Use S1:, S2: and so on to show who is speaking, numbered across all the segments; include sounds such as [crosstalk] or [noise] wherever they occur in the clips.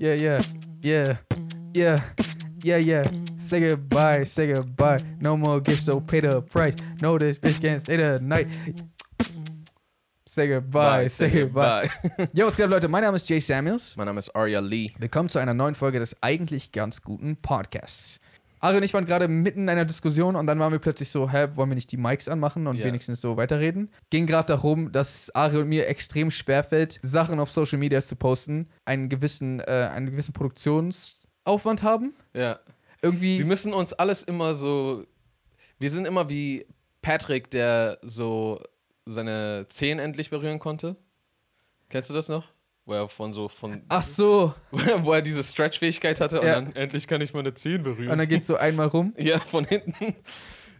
S1: yeah, yeah, yeah, yeah, yeah, yeah. Say goodbye, say goodbye. No more gifts, so pay the price. No, this bitch can't stay the night. Say goodbye,
S2: Bye,
S1: say
S2: say
S1: goodbye.
S2: goodbye.
S1: Yo, was geht ab, Leute? Mein Name ist Jay Samuels.
S2: Mein Name ist Arya Lee.
S1: Willkommen zu einer neuen Folge des eigentlich ganz guten Podcasts. Ari und ich waren gerade mitten in einer Diskussion und dann waren wir plötzlich so, hä, wollen wir nicht die Mics anmachen und
S2: Ja.
S1: wenigstens so weiterreden? Ging gerade darum, dass Ari und mir extrem schwerfällt, Sachen auf Social Media zu posten, einen gewissen, äh, einen gewissen Produktionsaufwand haben.
S2: Ja. Wir
S1: Irgendwie,
S2: müssen uns alles immer so. Wir sind immer wie Patrick, der so seine Zehen endlich berühren konnte. Kennst du das noch? Wo er von so von. [laughs]
S1: ach so,
S2: Wo er diese Stretch-Fähigkeit hatte
S1: Ja.
S2: und dann endlich kann ich meine Zehen berühren.
S1: und dann geht's so einmal rum.
S2: [laughs] ja, von hinten.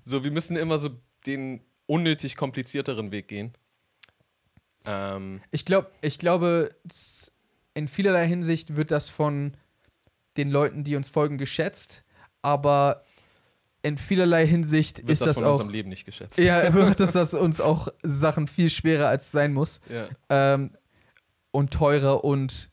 S2: So, wir müssen immer so den unnötig komplizierteren Weg gehen. Ähm,
S1: Ich glaube, ich glaube, s- in vielerlei Hinsicht wird das von den Leuten, die uns folgen, geschätzt, aber in vielerlei Hinsicht
S2: wird
S1: ist
S2: das,
S1: das,
S2: von
S1: auch
S2: unserem Leben nicht
S1: [laughs]
S2: geschätzt.
S1: ja, wird das, das uns auch Sachen viel schwerer als es sein muss
S2: Ja.
S1: ähm, und teurer und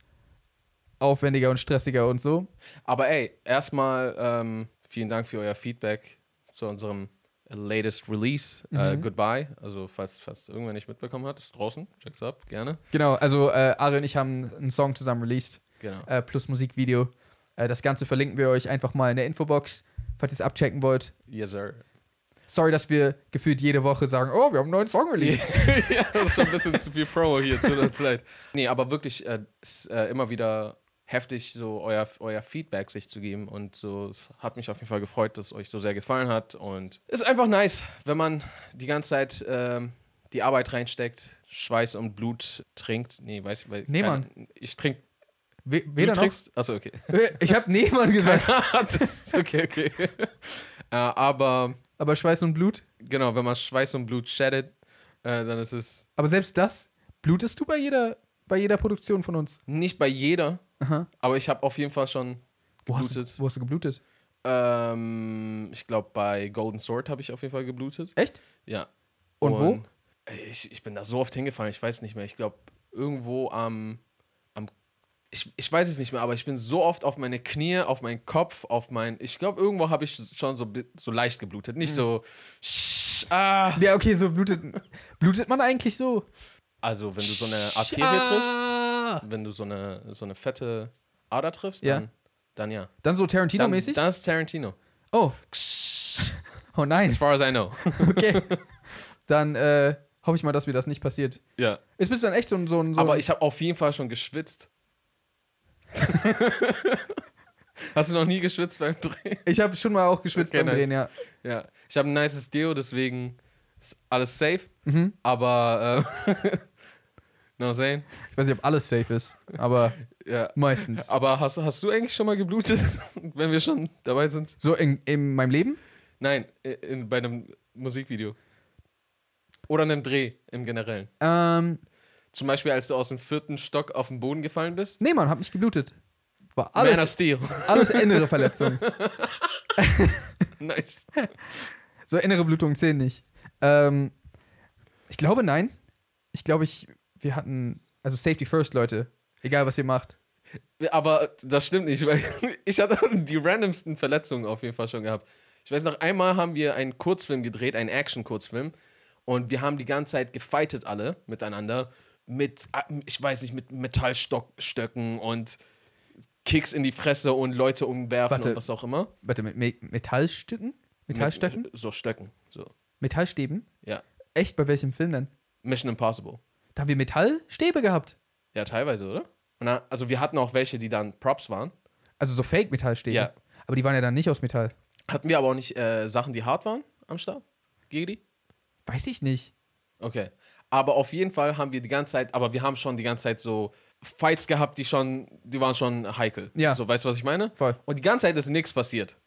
S1: aufwendiger und stressiger und so.
S2: Aber ey, erstmal ähm, vielen Dank für euer Feedback zu unserem latest Release, äh,
S1: Mhm.
S2: Goodbye. Also, falls, falls irgendwer nicht mitbekommen hat, ist draußen. Check's ab, gerne.
S1: Genau, also äh, Ari und ich haben einen Song zusammen released,
S2: Genau.
S1: äh, plus Musikvideo. Äh, das Ganze verlinken wir euch einfach mal in der Infobox, falls ihr es abchecken wollt.
S2: Yes, sir.
S1: Sorry, dass wir gefühlt jede Woche sagen, oh, wir haben einen neuen Song released.
S2: [laughs] ja, das ist schon ein bisschen zu viel Promo hier, tut uns leid. Nee, aber wirklich äh, ist, äh, immer wieder heftig, so euer, euer Feedback sich zu geben. Und so, es hat mich auf jeden Fall gefreut, dass es euch so sehr gefallen hat. Und ist einfach nice, wenn man die ganze Zeit ähm, die Arbeit reinsteckt, Schweiß und Blut trinkt. Nee, weiß ich, weil.
S1: Nee,
S2: keine-
S1: Mann.
S2: Ich trinke.
S1: We weder
S2: du
S1: noch.
S2: trinkst? Achso, okay.
S1: [laughs]
S2: Ah,
S1: Ich habe niemand
S2: [laughs]
S1: gesagt.
S2: das, okay, okay. [laughs] äh, aber
S1: Aber Schweiß und Blut.
S2: genau, wenn man Schweiß und Blut sheddet, äh, dann ist es.
S1: Aber selbst das blutest du bei jeder, bei jeder Produktion von uns.
S2: Nicht bei jeder,
S1: Aha.
S2: aber ich habe auf jeden Fall schon
S1: Wo hast, du,
S2: geblutet.
S1: wo hast du geblutet?
S2: Ähm, ich glaube, bei Golden Sword habe ich auf jeden Fall geblutet.
S1: Echt?
S2: Ja.
S1: Und wo?
S2: Ey, Ich, ich bin da so oft hingefallen, ich weiß nicht mehr. Ich glaube, irgendwo am. am ich, ich weiß es nicht mehr, aber ich bin so oft auf meine Knie, auf meinen Kopf, auf mein. Ich glaube, irgendwo habe ich schon so, bi- so leicht geblutet.
S1: Mhm.
S2: Nicht so. "Sch- Ah.
S1: Ja, okay, so blutet, blutet man eigentlich so.
S2: Also, wenn du so eine
S1: Ah.
S2: Arterie triffst,
S1: triffst.
S2: wenn du so eine, so eine fette Ader triffst,
S1: Ja.
S2: dann ja. Dann, ja.
S1: Dann so
S2: Dann,
S1: Tarantino-mäßig?
S2: das ist Tarantino.
S1: Oh, [laughs] oh nein.
S2: As far as I know. [laughs]
S1: Okay. dann äh, hoffe ich mal, dass mir das nicht passiert.
S2: ja.
S1: Jetzt bist du dann echt so ein. So ein so
S2: Aber
S1: ein-
S2: ich habe auf jeden Fall
S1: [laughs]
S2: schon geschwitzt. Hast du noch nie geschwitzt beim Dreh?
S1: ich habe schon mal auch geschwitzt
S2: Okay,
S1: beim
S2: nice.
S1: Drehen, ja.
S2: Ja. Ich habe ein nices Deo, deswegen ist alles safe.
S1: Mhm.
S2: Aber, äh, [laughs] no saying.
S1: Ich weiß nicht, ob alles safe ist, aber
S2: Ja.
S1: meistens.
S2: Aber hast, hast du eigentlich schon mal geblutet, [laughs] wenn wir schon dabei sind?
S1: So in, in meinem Leben?
S2: Nein, i- in, bei einem Musikvideo. Oder einem Dreh im Generellen.
S1: Ähm,
S2: Zum Beispiel, als du aus dem vierten Stock auf den Boden gefallen bist.
S1: nee, Mann, hab nicht geblutet. War
S2: Man of
S1: alles,
S2: Steel.
S1: [laughs]
S2: [laughs]
S1: alles innere Verletzungen.
S2: nice.
S1: So innere Blutungen zählen nicht. Ähm, ich glaube, nein. Ich glaube, ich, wir hatten, also Safety First, Leute. Egal, was ihr macht.
S2: Aber das stimmt nicht, weil [laughs] ich hatte die randomsten Verletzungen auf jeden Fall schon gehabt. Ich weiß noch, einmal haben wir einen Kurzfilm gedreht, einen Action-Kurzfilm. Und wir haben die ganze Zeit gefightet alle miteinander. Mit, ah, ich weiß nicht, mit Metallstöcken und Kicks in die Fresse und Leute umwerfen
S1: Warte.
S2: und was auch immer.
S1: Warte, mit Me Metallstücken? Metallstöcken?
S2: Mit, so Stöcken. So.
S1: Metallstäben?
S2: Ja.
S1: Echt? Bei welchem Film denn?
S2: Mission Impossible.
S1: Da haben wir Metallstäbe gehabt.
S2: Ja, teilweise, oder? Na, also wir hatten auch welche, die dann Props waren.
S1: Also so Fake-Metallstäbe.
S2: Ja.
S1: Aber die waren ja dann nicht aus Metall.
S2: Hatten wir aber auch nicht äh, Sachen, die hart waren am Start. Gegen die?
S1: Weiß ich nicht.
S2: Okay. Aber auf jeden Fall haben wir die ganze Zeit, aber wir haben schon die ganze Zeit so Fights gehabt, die schon, die waren schon heikel.
S1: Ja.
S2: So, weißt du, was ich meine?
S1: Voll.
S2: Und die ganze Zeit ist nichts passiert.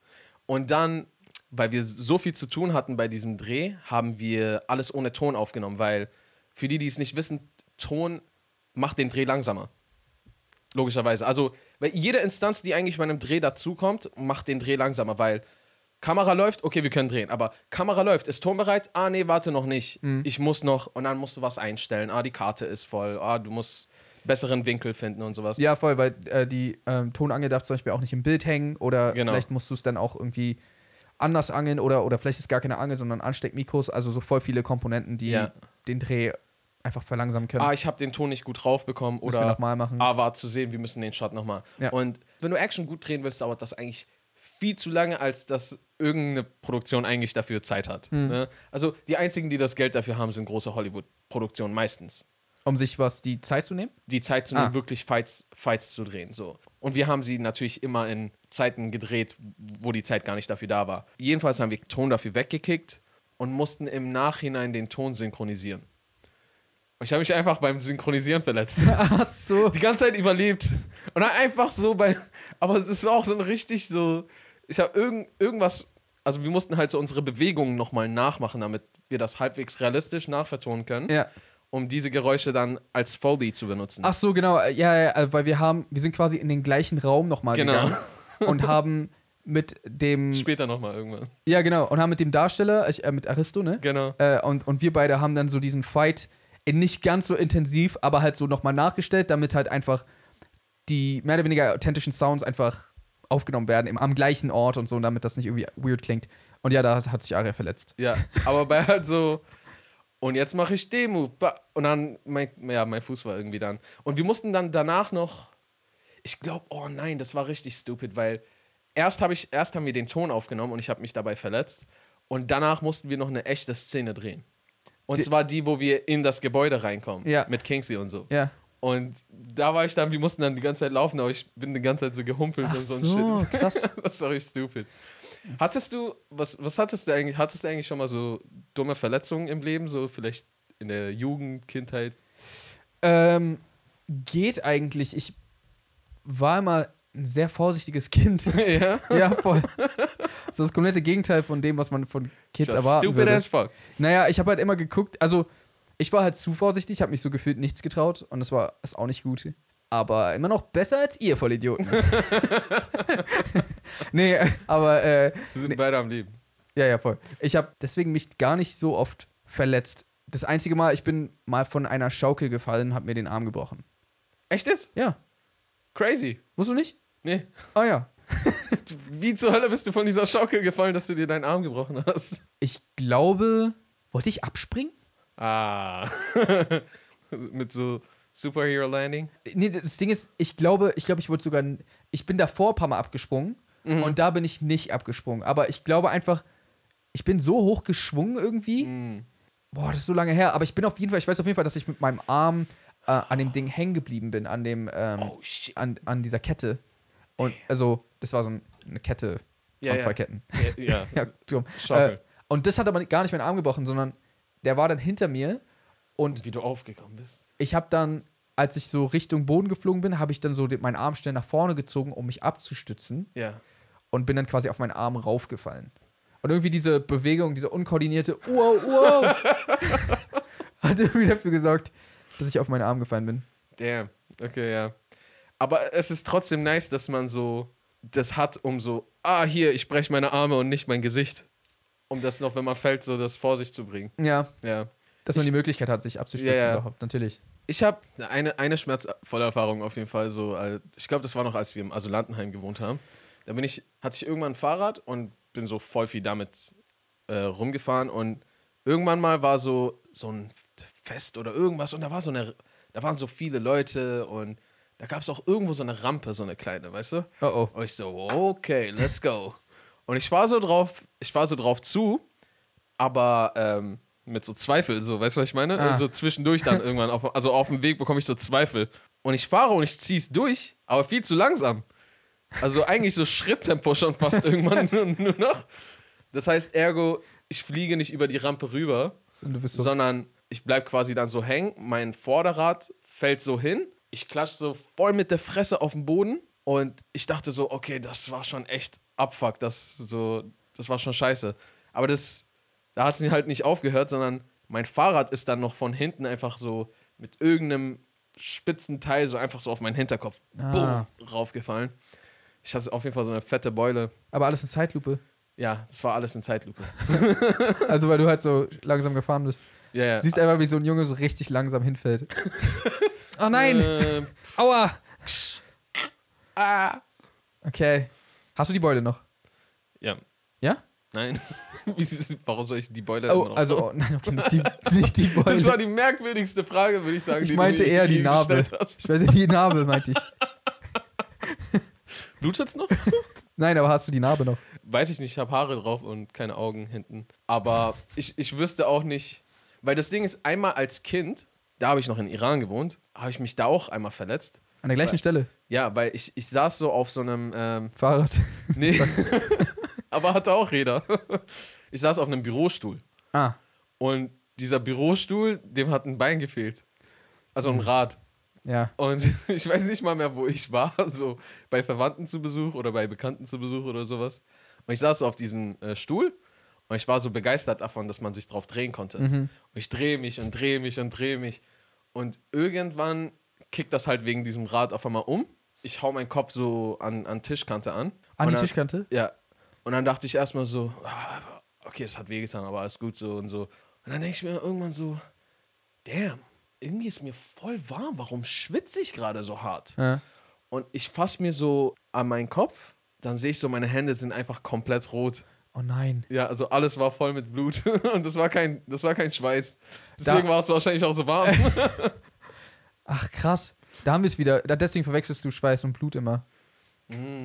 S2: Und dann, weil wir so viel zu tun hatten bei diesem Dreh, haben wir alles ohne Ton aufgenommen, weil für die, die es nicht wissen, Ton macht den Dreh langsamer. Logischerweise. Also, weil jede Instanz, die eigentlich bei einem Dreh dazukommt, macht den Dreh langsamer, weil Kamera läuft, okay, wir können drehen, aber Kamera läuft, ist Ton bereit? Ah,
S1: Mhm.
S2: nee, warte noch nicht. Ich muss noch, und dann musst du was einstellen. Ah, die Karte ist voll. Ah, du musst besseren Winkel finden und sowas.
S1: Ja, voll, weil äh, die ähm, Tonangel darf zum Beispiel auch nicht im Bild hängen oder
S2: Genau.
S1: vielleicht musst du es dann auch irgendwie anders angeln oder, oder vielleicht ist gar keine Angel, sondern Ansteckmikros. Also so voll viele Komponenten, die
S2: Ja.
S1: den Dreh einfach verlangsamen können.
S2: Ah, ich habe den Ton nicht gut raufbekommen
S1: Müssen wir
S2: oder
S1: nochmal machen.
S2: ah, war zu sehen, wir müssen den Shot nochmal.
S1: Ja.
S2: Und wenn du Action gut drehen willst, dauert das eigentlich viel zu lange, als dass irgendeine Produktion eigentlich dafür Zeit hat.
S1: Mhm.
S2: Ne? Also die einzigen, die das Geld dafür haben, sind große Hollywood-Produktionen meistens.
S1: Um sich was die Zeit zu
S2: [laughs]
S1: nehmen?
S2: Die Zeit zu nehmen,
S1: Ah.
S2: wirklich Fights, Fights zu drehen. So. Und wir haben sie natürlich immer in Zeiten gedreht, wo die Zeit gar nicht dafür da war. Jedenfalls haben wir Ton dafür weggekickt und mussten im Nachhinein den Ton synchronisieren. Ich habe mich einfach beim
S1: [laughs]
S2: Synchronisieren verletzt
S1: Ach so.
S2: die ganze Zeit überlebt. Und dann einfach so bei. Aber es ist auch so ein richtig so. Ich habe irgend, irgendwas. Also wir mussten halt so unsere Bewegungen nochmal nachmachen, damit wir das halbwegs realistisch nachvertonen können,
S1: Ja.
S2: um diese Geräusche dann als Foley zu benutzen.
S1: Ach so, genau. äh, Ja, ja, äh, weil wir haben, wir sind quasi in den gleichen Raum nochmal
S2: Genau. [laughs]
S1: gegangen und haben mit dem,
S2: Später nochmal irgendwann.
S1: ja genau, und haben mit dem Darsteller, ich, äh, mit Aristo, ne?
S2: Genau.
S1: Äh, und, und wir beide haben dann so diesen Fight äh, nicht ganz so intensiv, aber halt so nochmal nachgestellt, damit halt einfach die mehr oder weniger authentischen Sounds einfach aufgenommen werden, im, am gleichen Ort und so, und damit das nicht irgendwie weird klingt. Und ja, da hat, hat sich Aria verletzt.
S2: Ja. Aber bei halt so. Und jetzt mache ich Demo. Und dann, mein, ja, mein Fuß war irgendwie dann. Und wir mussten dann danach noch. Ich glaube, oh nein, das war richtig stupid, weil erst, hab ich, erst haben wir den Ton aufgenommen und ich habe mich dabei verletzt. Und danach mussten wir noch eine echte Szene drehen. Und
S1: Die-
S2: zwar die, wo wir in das Gebäude reinkommen.
S1: Ja.
S2: Mit Kingsley und so.
S1: Ja.
S2: Und da war ich dann, wir mussten dann die ganze Zeit laufen, aber ich bin die ganze Zeit so gehumpelt und so ein Shit.
S1: krass.
S2: [laughs] Das ist doch richtig stupid. Hattest du, was, was hattest du eigentlich, hattest du eigentlich schon mal so dumme Verletzungen im Leben, so vielleicht in der Jugend, Kindheit?
S1: [laughs]
S2: [laughs]
S1: ähm, geht eigentlich. Ich war immer ein sehr vorsichtiges Kind. [laughs]
S2: ja.
S1: ja, voll. So das komplette Gegenteil von dem, was man von Kids
S2: Just
S1: erwarten
S2: stupid
S1: würde.
S2: as fuck.
S1: Naja, ich habe halt immer geguckt, also ich war halt zu vorsichtig, habe mich so gefühlt nichts getraut und das war ist auch nicht gut. Aber immer noch besser als ihr, Vollidioten. [laughs] nee, aber äh,
S2: Wir sind beide am Leben.
S1: ja, ja, voll. Ich habe deswegen mich gar nicht so oft verletzt. Das einzige Mal, ich bin mal von einer Schaukel gefallen, habe mir den Arm gebrochen.
S2: Echt jetzt?
S1: Ja,
S2: Crazy.
S1: wusstest du nicht?
S2: Nee.
S1: Ah ja.
S2: Wie zur Hölle bist du von dieser Schaukel gefallen, dass du dir deinen Arm gebrochen hast?
S1: Ich glaube, wollte ich abspringen?
S2: [laughs] Ah. [laughs] Mit so Superhero Landing.
S1: Nee, das Ding ist, ich glaube, ich glaube, ich wurde sogar. Ich bin davor ein paar Mal abgesprungen
S2: Mhm.
S1: und da bin ich nicht abgesprungen. Aber ich glaube einfach, ich bin so hoch geschwungen irgendwie.
S2: Mhm.
S1: Boah, das ist so lange her. Aber ich bin auf jeden Fall, ich weiß auf jeden Fall, dass ich mit meinem Arm äh, an dem Ding hängen geblieben bin, an dem, ähm,
S2: Oh shit.
S1: an, an dieser Kette. Und also, das war so ein, eine Kette von
S2: Ja, ja.
S1: zwei Ketten. [laughs]
S2: Ja. [laughs]
S1: ja, dumm.
S2: Schaukel.
S1: Äh, und das hat aber gar nicht meinen Arm gebrochen, sondern der war dann hinter mir und
S2: Wie du aufgekommen bist.
S1: ich habe dann, als ich so Richtung Boden geflogen bin, habe ich dann so den, meinen Arm schnell nach vorne gezogen, um mich abzustützen
S2: Ja.
S1: und bin dann quasi auf meinen Arm raufgefallen. Und irgendwie diese Bewegung, diese unkoordinierte Wow, wow,
S2: [laughs]
S1: hat irgendwie dafür gesorgt, dass ich auf meinen Arm gefallen bin.
S2: Damn. Okay, ja. Aber es ist trotzdem nice, dass man so das hat, um so, ah, hier, ich breche meine Arme und nicht mein Gesicht. Um das noch, wenn man fällt, so das vor sich zu bringen.
S1: Ja,
S2: Ja.
S1: dass man die Möglichkeit hat, sich abzustützen
S2: Ja, ja.
S1: überhaupt, natürlich.
S2: Ich habe eine, eine schmerzvolle Erfahrung auf jeden Fall. So, äh, ich glaube, das war noch, als wir im Asylantenheim gewohnt haben. Da bin ich, hatte ich irgendwann ein Fahrrad und bin so voll viel damit äh, rumgefahren. Und irgendwann mal war so, so ein Fest oder irgendwas und da war so eine, da waren so viele Leute und da gab es auch irgendwo so eine Rampe, so eine kleine, weißt du?
S1: Oh oh.
S2: Und ich so, okay, let's go. Und ich war so drauf, ich war so drauf zu, aber ähm, mit so Zweifel, so, weißt du, was ich meine?
S1: Ah.
S2: Und so zwischendurch dann irgendwann, auf, also auf dem Weg bekomme ich so Zweifel. Und ich fahre und ich ziehe es durch, aber viel zu langsam. Also eigentlich so Schritttempo schon fast irgendwann nur, nur noch. Das heißt, ergo, ich fliege nicht über die Rampe rüber,
S1: Und du bist so.
S2: sondern ich bleib quasi dann so hängen, mein Vorderrad fällt so hin, ich klatsche so voll mit der Fresse auf den Boden und ich dachte so, okay, das war schon echt abfuck, das so, das war schon scheiße. Aber das, da hat es halt nicht aufgehört, sondern mein Fahrrad ist dann noch von hinten einfach so mit irgendeinem spitzen Teil so einfach so auf meinen Hinterkopf
S1: Ah.
S2: boom, raufgefallen. Ich hatte auf jeden Fall so eine fette Beule.
S1: Aber alles in Zeitlupe.
S2: Ja, das war alles in Zeitlupe.
S1: Also, weil du halt so langsam gefahren bist.
S2: Ja, ja. [laughs]
S1: Du siehst einfach, wie so ein Junge so richtig langsam hinfällt. Oh nein!
S2: Äh,
S1: Aua!
S2: ah.
S1: Okay. Hast du die Beule noch?
S2: Ja.
S1: Ja?
S2: Nein. [laughs] Wie- Warum soll ich die Beule
S1: Oh,
S2: immer noch
S1: also, oh, [laughs] nein, okay, nicht die, nicht
S2: [laughs]
S1: die Beule.
S2: Das war die merkwürdigste Frage, würde ich sagen.
S1: ich
S2: die du
S1: meinte
S2: mir
S1: eher die
S2: je
S1: Narbe.
S2: gestellt hast.
S1: Ich weiß nicht, die Narbe meinte ich.
S2: Blutet's noch?
S1: Nein, aber hast du die Narbe noch?
S2: Weiß ich nicht, ich habe Haare drauf und keine Augen hinten. Aber ich, ich wüsste auch nicht, weil das Ding ist, einmal als Kind, da habe ich noch in Iran gewohnt, habe ich mich da auch einmal verletzt.
S1: An der gleichen Stelle.
S2: Ja, weil ich, ich saß so auf so einem,
S1: [laughs]
S2: ähm,
S1: Fahrrad.
S2: nee, [laughs] aber hatte auch Räder. Ich saß auf einem Bürostuhl
S1: Ah.
S2: und dieser Bürostuhl, dem hat ein Bein gefehlt. Also
S1: Hm.
S2: ein Rad.
S1: Ja.
S2: Und [laughs] ich weiß nicht mal mehr, wo ich war, [laughs] so bei Verwandten zu Besuch oder bei Bekannten zu Besuch oder sowas. Und ich saß so auf diesem äh, Stuhl und ich war so begeistert davon, dass man sich drauf drehen konnte.
S1: Mhm.
S2: Und ich drehe mich und drehe mich und drehe mich. Und irgendwann kickt das halt wegen diesem Rad auf einmal um. Ich hau meinen Kopf so an, an Tischkante an.
S1: An
S2: und
S1: die
S2: dann,
S1: Tischkante?
S2: ja. Und dann dachte ich erstmal so, ah, okay, es hat wehgetan, aber alles gut so und so. Und dann denke ich mir irgendwann so, damn, irgendwie ist mir voll warm. Warum schwitze ich gerade so hart?
S1: Ja.
S2: Und ich fasse mir so an meinen Kopf, dann sehe ich so, meine Hände sind einfach komplett rot.
S1: Oh nein.
S2: Ja, also alles war voll mit Blut [laughs] und das war kein, das war kein Schweiß.
S1: Da-
S2: Deswegen war es wahrscheinlich auch so warm.
S1: [laughs] Ach krass. Da haben wir es wieder. Da, deswegen verwechselst du Schweiß und Blut immer.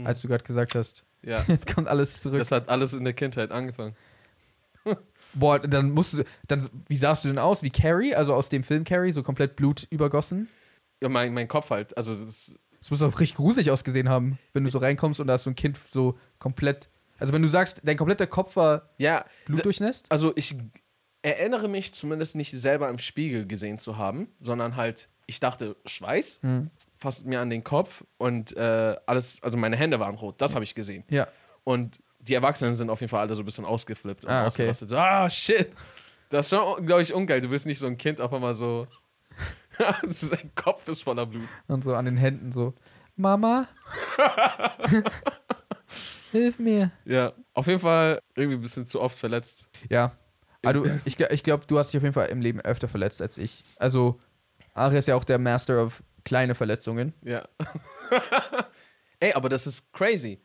S1: Als du gerade gesagt hast. [laughs]
S2: ja,
S1: Jetzt kommt alles zurück.
S2: Mm. das hat alles in der Kindheit angefangen.
S1: Boah, dann musst du. Dann, wie sahst du denn aus? Wie Carrie? Also aus dem Film Carrie, so komplett Blut übergossen?
S2: Ja, mein, mein Kopf halt. Also das,
S1: Das muss auch richtig gruselig ausgesehen haben, wenn du so reinkommst und da ist so ein Kind so komplett. Also wenn du sagst, dein kompletter Kopf war
S2: ja,
S1: Blut durchnässt?
S2: also ich erinnere mich zumindest nicht selber im Spiegel gesehen zu haben, sondern halt, ich dachte, Schweiß
S1: Hm.
S2: fasst mir an den Kopf und äh, alles, also meine Hände waren rot, das habe ich gesehen.
S1: Ja.
S2: Und die Erwachsenen sind auf jeden Fall alle so ein bisschen ausgeflippt und
S1: Ah, okay.
S2: ausgerastet. So, ah, shit. Das ist schon, glaube ich, ungeil. Du bist nicht so ein Kind auf einmal so. [laughs] Sein Kopf ist voller Blut.
S1: Und so an den Händen so.
S2: [laughs]
S1: Mama? Hilf mir.
S2: Ja, auf jeden Fall irgendwie ein bisschen zu oft verletzt.
S1: Ja. Aber du, ich, gl- ich glaube, du hast dich auf jeden Fall im Leben öfter verletzt als ich. Also, Ari ist ja auch der Master of kleine Verletzungen.
S2: Ja. [laughs] Ey, aber das ist crazy.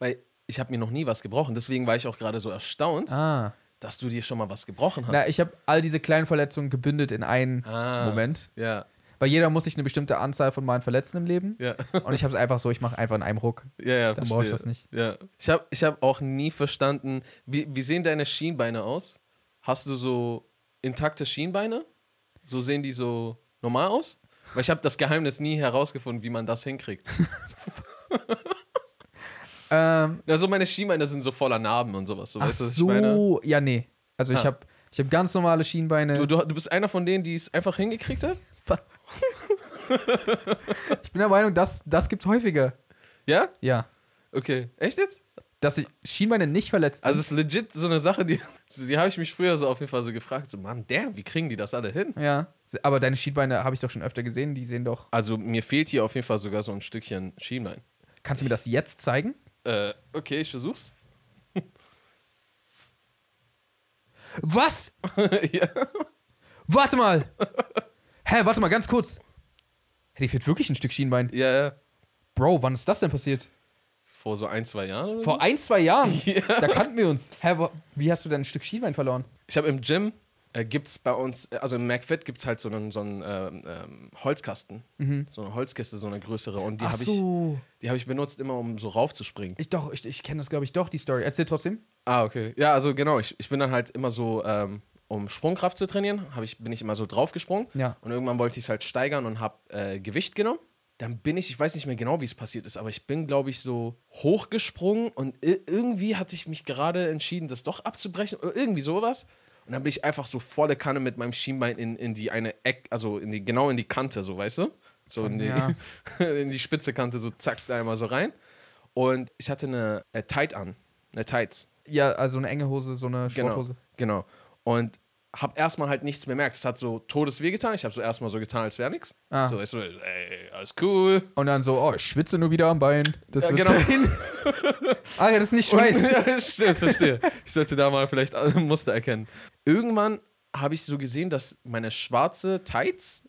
S2: Weil ich habe mir noch nie was gebrochen. Deswegen war ich auch gerade so erstaunt,
S1: Ah.
S2: dass du dir schon mal was gebrochen hast.
S1: Na, ich habe all diese kleinen Verletzungen gebündelt in einen
S2: Ah.
S1: Moment.
S2: ja,
S1: Weil jeder muss sich eine bestimmte Anzahl von Malen verletzen im Leben.
S2: ja, [laughs]
S1: Und ich habe es einfach so, ich mache einfach in einem Ruck.
S2: ja, ja.
S1: Dann
S2: verstehe.
S1: brauch ich das nicht.
S2: Ja. Ich habe ich hab auch nie verstanden, wie, wie sehen deine Schienbeine aus? Hast du so intakte Schienbeine? So sehen die so normal aus? Weil ich habe das Geheimnis nie herausgefunden, wie man das hinkriegt.
S1: Ähm,
S2: Also meine Schienbeine sind so voller Narben und sowas. So,
S1: ach
S2: weißt du, was ich meine?
S1: so, ja, nee. Also ich
S2: Ah.
S1: habe ich hab ganz normale Schienbeine.
S2: Du, du, du bist einer von denen, die es einfach hingekriegt hat?
S1: ich bin der Meinung, das, das gibt's häufiger.
S2: Ja?
S1: Ja.
S2: Okay. Echt jetzt?
S1: Dass die Schienbeine nicht verletzt sind.
S2: Also es ist legit so eine Sache, die, die habe ich mich früher so auf jeden Fall so gefragt. So, Mann, damn, wie kriegen die das alle hin?
S1: ja. Aber deine Schienbeine habe ich doch schon öfter gesehen. Die sehen doch.
S2: Also mir fehlt hier auf jeden Fall sogar so ein Stückchen Schienbein.
S1: Kannst du mir das jetzt zeigen?
S2: Äh, okay, ich versuch's. [laughs]
S1: Was?
S2: ja.
S1: Warte
S2: [laughs]
S1: mal! Hä, warte mal, ganz kurz. Hä, die fehlt wirklich ein Stück Schienbein.
S2: Ja, ja.
S1: Bro, wann ist das denn passiert?
S2: Vor so ein, zwei Jahren oder so.
S1: Vor ein, zwei
S2: [laughs]
S1: Jahren. Da kannten wir uns. Hä, wo, wie hast du denn ein Stück Schienbein verloren?
S2: Ich habe im Gym, äh, gibt's bei uns, äh, also im McFit gibt's halt so einen, so einen ähm, ähm, Holzkasten. So eine Holzkiste, so eine größere. Und die habe ich, die hab ich benutzt immer, um so raufzuspringen.
S1: Ich doch, ich, ich kenne das, glaube ich, doch, die Story. Erzähl trotzdem.
S2: Ah, okay. Ja, also genau, ich, ich bin dann halt immer so, ähm, um Sprungkraft zu trainieren, hab ich, bin ich immer so draufgesprungen.
S1: Ja.
S2: Und irgendwann wollte ich es halt steigern und habe äh, Gewicht genommen. Dann bin ich, ich weiß nicht mehr genau, wie es passiert ist, aber ich bin, glaube ich, so hochgesprungen und i- irgendwie hatte ich mich gerade entschieden, das doch abzubrechen oder irgendwie sowas. Und dann bin ich einfach so volle Kanne mit meinem Schienbein in, in die eine Eck, also in die, genau in die Kante, so weißt du? So in die,
S1: Ja.
S2: [laughs] in die spitze Kante, so zack, da einmal so rein. Und ich hatte eine äh, Tight an, eine Tights.
S1: Ja, also eine enge Hose, so eine
S2: Genau,
S1: Sporthose.
S2: genau. Und hab erstmal halt nichts bemerkt. Es hat so Todesweh getan. Ich habe so erstmal so getan, als wäre nichts.
S1: Ah.
S2: So, ich so, ey, alles cool.
S1: Und dann so, oh, ich schwitze nur wieder am Bein. Das
S2: Ja,
S1: wird
S2: genau.
S1: [laughs]
S2: [laughs]
S1: sein. ah, ja, das ist nicht Schweiß.
S2: ja, stimmt, verstehe. Ich sollte da mal vielleicht ein Muster
S1: Mhm.
S2: erkennen. Irgendwann habe ich so gesehen, dass meine schwarze Tights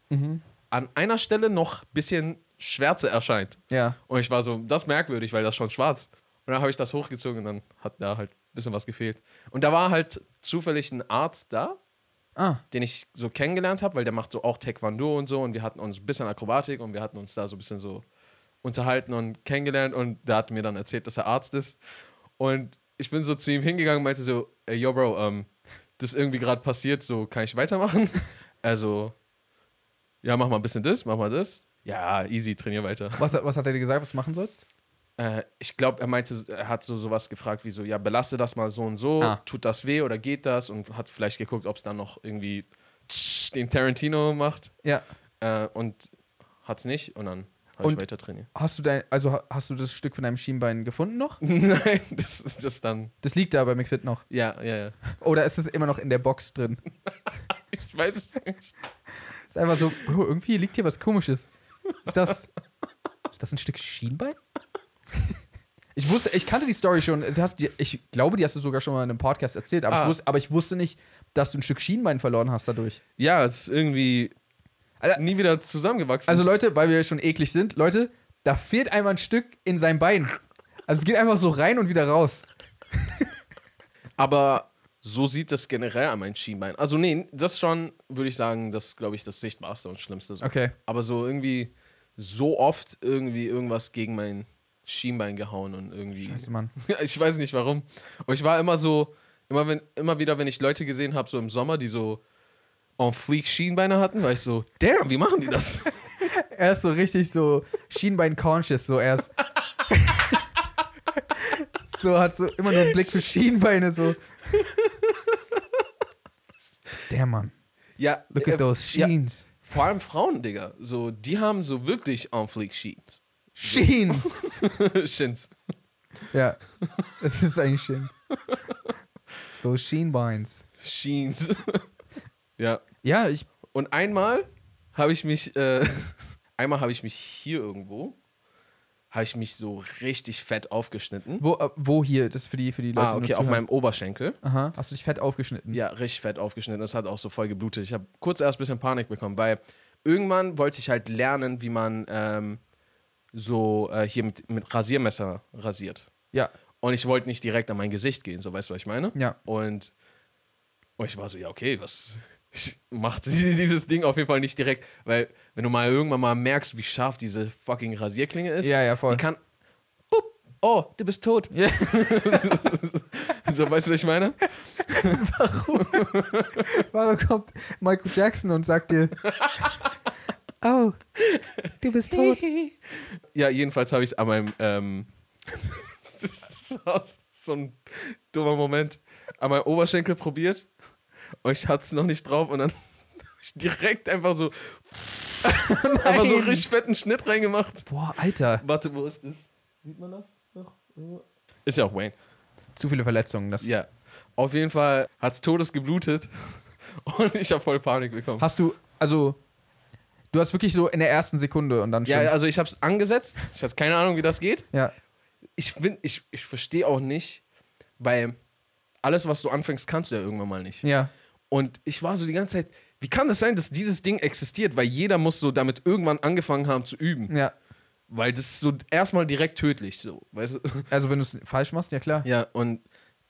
S2: an einer Stelle noch ein bisschen Schwärze erscheint.
S1: [laughs] Ja.
S2: Und ich war so, das ist merkwürdig, weil das ist schon schwarz. Und dann habe ich das hochgezogen und dann hat da halt ein bisschen was gefehlt. Und da war halt zufällig ein Arzt da,
S1: Ah,
S2: den ich so kennengelernt habe, weil der macht so auch Taekwondo und so und wir hatten uns ein bisschen Akrobatik und wir hatten uns da so ein bisschen so unterhalten und kennengelernt und der hat mir dann erzählt, dass er Arzt ist und ich bin so zu ihm hingegangen und meinte so, ey, yo, Bro, ähm, das ist irgendwie gerade passiert, so kann ich weitermachen? [laughs] Also, ja, mach mal ein bisschen das, mach mal das. Ja, easy, trainier weiter.
S1: was, hat- was hat er dir gesagt, was du machen sollst?
S2: Äh, ich glaube, er meinte, er hat so sowas gefragt wie so, ja, belaste das mal so und so,
S1: Ah.
S2: tut das weh oder geht das? Und hat vielleicht geguckt, ob es dann noch irgendwie tsch, den Tarantino macht
S1: Ja.
S2: äh, und hat es nicht und dann habe ich
S1: Und-
S2: weiter trainiert. [laughs]
S1: Hast du dein, also ha- hast du das Stück von deinem Schienbein gefunden noch?
S2: Nein, das ist dann,
S1: Das liegt da bei McFit noch.
S2: ja, ja, ja.
S1: Oder ist es immer noch in der Box drin?
S2: Ich weiß es nicht.
S1: Ist einfach so, Bro, irgendwie liegt hier was komisches. Ist das. Ist das ein Stück Schienbein? [laughs] Ich wusste, ich kannte die Story schon. Das Hast, du- ich glaube, die hast du sogar schon mal in einem Podcast erzählt, aber,
S2: Ah.
S1: ich, wusste, aber ich wusste nicht, dass du ein Stück Schienbein verloren hast dadurch.
S2: Ja, es ist irgendwie
S1: Alter.
S2: nie wieder zusammengewachsen.
S1: Also Leute, weil wir schon eklig sind, Leute, da fehlt einmal ein Stück in sein Bein. Also es geht einfach so rein und wieder raus.
S2: Aber so sieht das generell an meinem Schienbein. Also nee, das schon, würde ich sagen, das glaube ich das sichtbarste und schlimmste. So.
S1: Okay.
S2: Aber so irgendwie so oft irgendwie irgendwas gegen mein Schienbein gehauen und irgendwie.
S1: Scheiße, Mann.
S2: [laughs] ich weiß nicht warum. Aber ich war immer so, immer, wenn, immer wieder, wenn ich Leute gesehen habe, so im Sommer, die so en fleek Schienbeine hatten, war ich so, damn, wie machen die das?
S1: [laughs] Er ist so richtig so Schienbein-conscious, so erst. [laughs] so hat so immer nur einen Blick für Schienbeine, so. Der Mann.
S2: ja,
S1: Look at
S2: äh,
S1: those
S2: ja,
S1: Sheens.
S2: vor allem Frauen, Digga. So, die haben so wirklich en fleek [laughs] Sheens.
S1: Sheens!
S2: Shins.
S1: [laughs] ja, es ist eigentlich Sheens. Those Schienbeins.
S2: Sheens. [laughs] ja,
S1: Ja, ich.
S2: Und einmal habe ich mich, äh, [laughs] einmal habe ich mich hier irgendwo, habe ich mich so richtig fett aufgeschnitten.
S1: Wo, äh, wo hier? Das ist für die, für die Leute.
S2: ah,
S1: die nur
S2: okay, auf
S1: zuhören. Mhm.
S2: meinem Oberschenkel.
S1: Aha, hast du dich fett aufgeschnitten?
S2: Ja, richtig fett aufgeschnitten. Das hat auch so voll geblutet. Ich habe kurz erst ein bisschen Panik bekommen, weil irgendwann wollte ich halt lernen, wie man ähm, so äh, hier mit, mit Rasiermesser rasiert.
S1: Ja.
S2: Und ich wollte nicht direkt an mein Gesicht gehen, so weißt du, was ich meine?
S1: Ja.
S2: Und, und ich war so, ja, okay, was. Ich mach [laughs] die- dieses Ding auf jeden Fall nicht direkt, weil wenn du mal irgendwann mal merkst, wie scharf diese fucking Rasierklinge ist,
S1: Ja, ja, voll.
S2: die kann. Bup, oh, du bist tot.
S1: Ja.
S2: [laughs] so, weißt du, was ich meine?
S1: Warum kommt Michael Jackson und sagt [laughs] dir, oh, du bist tot?
S2: Ja, jedenfalls habe ich es an meinem. Ähm, [laughs] das ist aus- so ein dummer Moment. An meinem Oberschenkel probiert und ich hatte es noch nicht drauf und dann [laughs] hab ich direkt einfach so. [laughs] einfach so einen richtig fetten Schnitt reingemacht.
S1: [laughs] Boah, Alter.
S2: Warte, wo ist das? Sieht man das noch? Ist ja auch Wayne.
S1: Zu viele Verletzungen. Das
S2: Ja. Auf jeden Fall hat es Todes geblutet [laughs] und ich habe voll Panik bekommen.
S1: Hast du, also, du hast wirklich so in der ersten Sekunde und dann schon.
S2: Ja, also ich habe es angesetzt. Ich hatte keine Ahnung, wie das geht.
S1: ja.
S2: ich bin, ich, ich verstehe auch nicht, weil alles, was du anfängst, kannst du ja irgendwann mal nicht.
S1: Ja.
S2: Und ich war so die ganze Zeit, wie kann das sein, dass dieses Ding existiert? Weil jeder muss so damit irgendwann angefangen haben zu üben.
S1: ja.
S2: Weil das ist so erstmal direkt tödlich, so, weißt du?
S1: Also, wenn du es falsch machst, ja klar.
S2: Ja, [laughs] und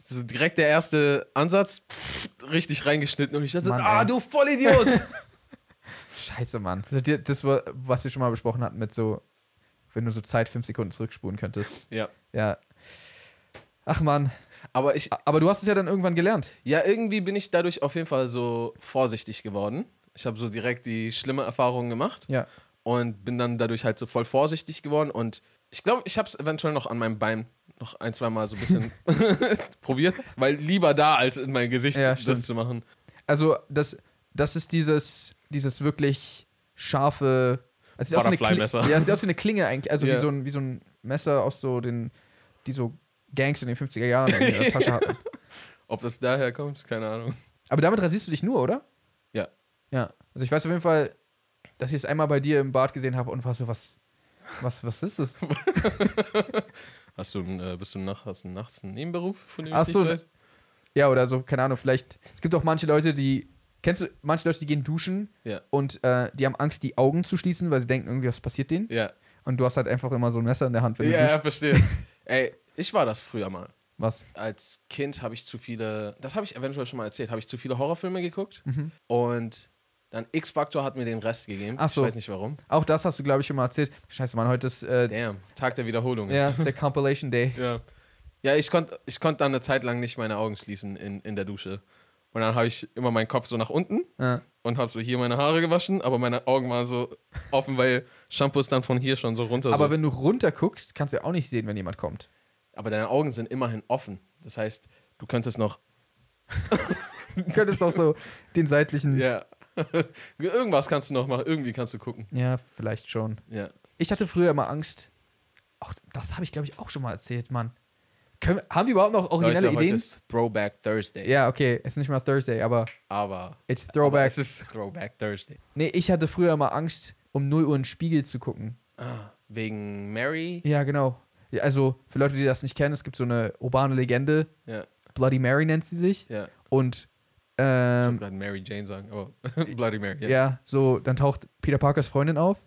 S2: so direkt der erste Ansatz, pff, richtig reingeschnitten und ich dachte,
S1: Mann,
S2: ah,
S1: ey. [laughs]
S2: du Vollidiot!
S1: Scheiße, Mann. Also, dir- das war, was wir schon mal besprochen hatten mit so, wenn du so Zeit fünf Sekunden zurückspulen könntest.
S2: ja,
S1: Ja. Ach, Mann.
S2: aber ich,
S1: A- Aber du hast es ja dann irgendwann gelernt.
S2: ja, irgendwie bin ich dadurch auf jeden Fall so vorsichtig geworden. Ich habe so direkt die schlimme Erfahrung gemacht.
S1: Ja.
S2: und bin dann dadurch halt so voll vorsichtig geworden und ich glaube, ich habe es eventuell noch an meinem Bein noch ein, zwei Mal so
S1: [laughs]
S2: ein bisschen [laughs] probiert, weil lieber da als in mein Gesicht
S1: Ja, stimmt.
S2: das zu machen.
S1: Also, das, das ist dieses, dieses wirklich scharfe. Also sieht aus wie eine Kli-
S2: Butterfly-Messer.
S1: Ja, es sieht aus wie eine Klinge eigentlich. Also
S2: Ja.
S1: wie, so ein, wie so ein Messer aus so den, die so Gangs in den 50er Jahren in
S2: [laughs]
S1: ihrer Tasche hatten.
S2: Ob das daher kommt, keine Ahnung.
S1: Aber damit rasierst du dich nur, oder?
S2: Ja.
S1: Ja. Also ich weiß auf jeden Fall, dass ich es einmal bei dir im Bad gesehen habe und war so, was, was, was ist
S2: [laughs]
S1: das?
S2: Hast du, einen, äh, bist du nach, hast du nachts einen Nebenberuf, von dem
S1: Ach
S2: ich
S1: so, ne.
S2: nichts weiß?
S1: Ja, oder so, keine Ahnung, vielleicht. Es gibt auch manche Leute, die Kennst du manche Leute, die gehen duschen
S2: Ja.
S1: und äh, die haben Angst, die Augen zu schließen, weil sie denken, irgendwie was passiert denen?
S2: Ja,
S1: Und du hast halt einfach immer so ein Messer in der Hand, wenn du
S2: ja, ja
S1: duschst. [laughs]
S2: verstehe. Ey, ich war das früher mal.
S1: Was?
S2: als Kind habe ich zu viele, das habe ich eventuell schon mal erzählt, habe ich zu viele Horrorfilme geguckt und dann X-Factor hat mir den Rest gegeben.
S1: Mhm. Ach so.
S2: Ich weiß nicht warum.
S1: Auch das hast du, glaube ich, schon mal erzählt. Scheiße, Mann, heute ist, äh,
S2: Damn, Tag der Wiederholung.
S1: ja, ist der Compilation
S2: [laughs]
S1: Day.
S2: Ja, ja ich konnte ich konnt dann eine Zeit lang nicht meine Augen schließen in, in der Dusche. Und dann habe ich immer meinen Kopf so nach unten
S1: Ja.
S2: und habe so hier meine Haare gewaschen, aber meine Augen waren so offen, weil Shampoo ist dann von hier schon so runter.
S1: Aber
S2: so.
S1: wenn du runter guckst, kannst du ja auch nicht sehen, wenn jemand kommt.
S2: aber deine Augen sind immerhin offen. Das heißt, du könntest noch
S1: Du könntest auch
S2: [laughs]
S1: so den seitlichen. Ja.
S2: Ja. [laughs] Irgendwas kannst du noch machen, irgendwie kannst du gucken.
S1: vielleicht schon.
S2: Ja.
S1: Ich hatte früher immer Angst. Auch das habe ich, glaube ich, auch schon mal erzählt, Mann. Können, wir- haben wir überhaupt noch originelle
S2: Leute, heute
S1: Ideen?
S2: ist Throwback Thursday.
S1: Ja, okay, es ist nicht mal Thursday, aber
S2: Aber,
S1: it's
S2: aber
S1: Throwback.
S2: es ist Throwback Thursday.
S1: nee, ich hatte früher immer Angst, um 0 Uhr in den Spiegel zu gucken.
S2: Ah, Wegen Mary.
S1: Ja, genau. Ja, also, für Leute, die das nicht kennen, es gibt so eine urbane Legende.
S2: Ja,
S1: Bloody Mary nennt sie sich.
S2: ja.
S1: Und,
S2: Ich
S1: ähm,
S2: wollte Mary Jane sagen, aber [laughs] Bloody Mary.
S1: ja.
S2: Ja.
S1: so, dann taucht Peter Parkers Freundin
S2: [laughs]
S1: auf.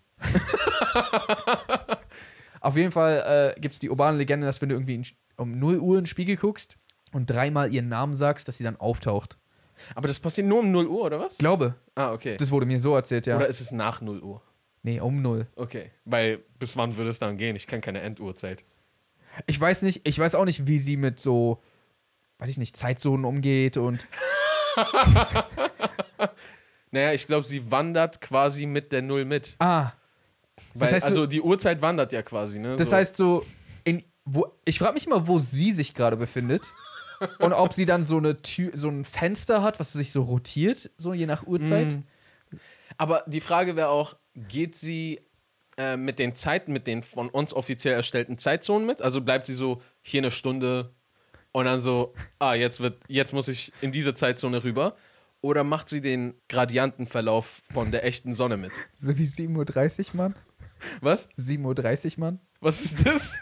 S1: auf jeden Fall äh, gibt es die urbane Legende, dass wenn du irgendwie in, um 0 Uhr in den Spiegel guckst und dreimal ihren Namen sagst, dass sie dann auftaucht.
S2: Aber das passiert nur um 0 Uhr, oder was?
S1: Ich glaube,
S2: ah, okay.
S1: das wurde mir so erzählt, ja.
S2: Oder ist es nach 0 Uhr?
S1: nee, um 0.
S2: Okay. Weil bis wann würde es dann gehen? Ich kenne keine Enduhrzeit.
S1: Ich weiß nicht, ich weiß auch nicht, wie sie mit so, weiß ich nicht, Zeitzonen umgeht und
S2: Naja, ich glaube, sie wandert quasi mit der Null mit.
S1: ah,
S2: Weil,
S1: heißt,
S2: also die Uhrzeit wandert ja quasi, ne?
S1: das
S2: so.
S1: heißt so in wo ich frage mich mal, wo sie sich gerade befindet und ob sie dann so eine Tür, so ein Fenster hat, was sich so rotiert, so je nach Uhrzeit.
S2: Aber die Frage wäre auch, geht sie äh, mit den Zeiten, mit den von uns offiziell erstellten Zeitzonen mit? Also bleibt sie so hier eine Stunde und dann so, ah, jetzt wird, jetzt muss ich in diese Zeitzone rüber. Oder macht sie den Gradientenverlauf von der echten Sonne mit?
S1: So wie 7:30 Uhr, Mann.
S2: Was?
S1: 7:30 Uhr, Mann.
S2: Was ist das?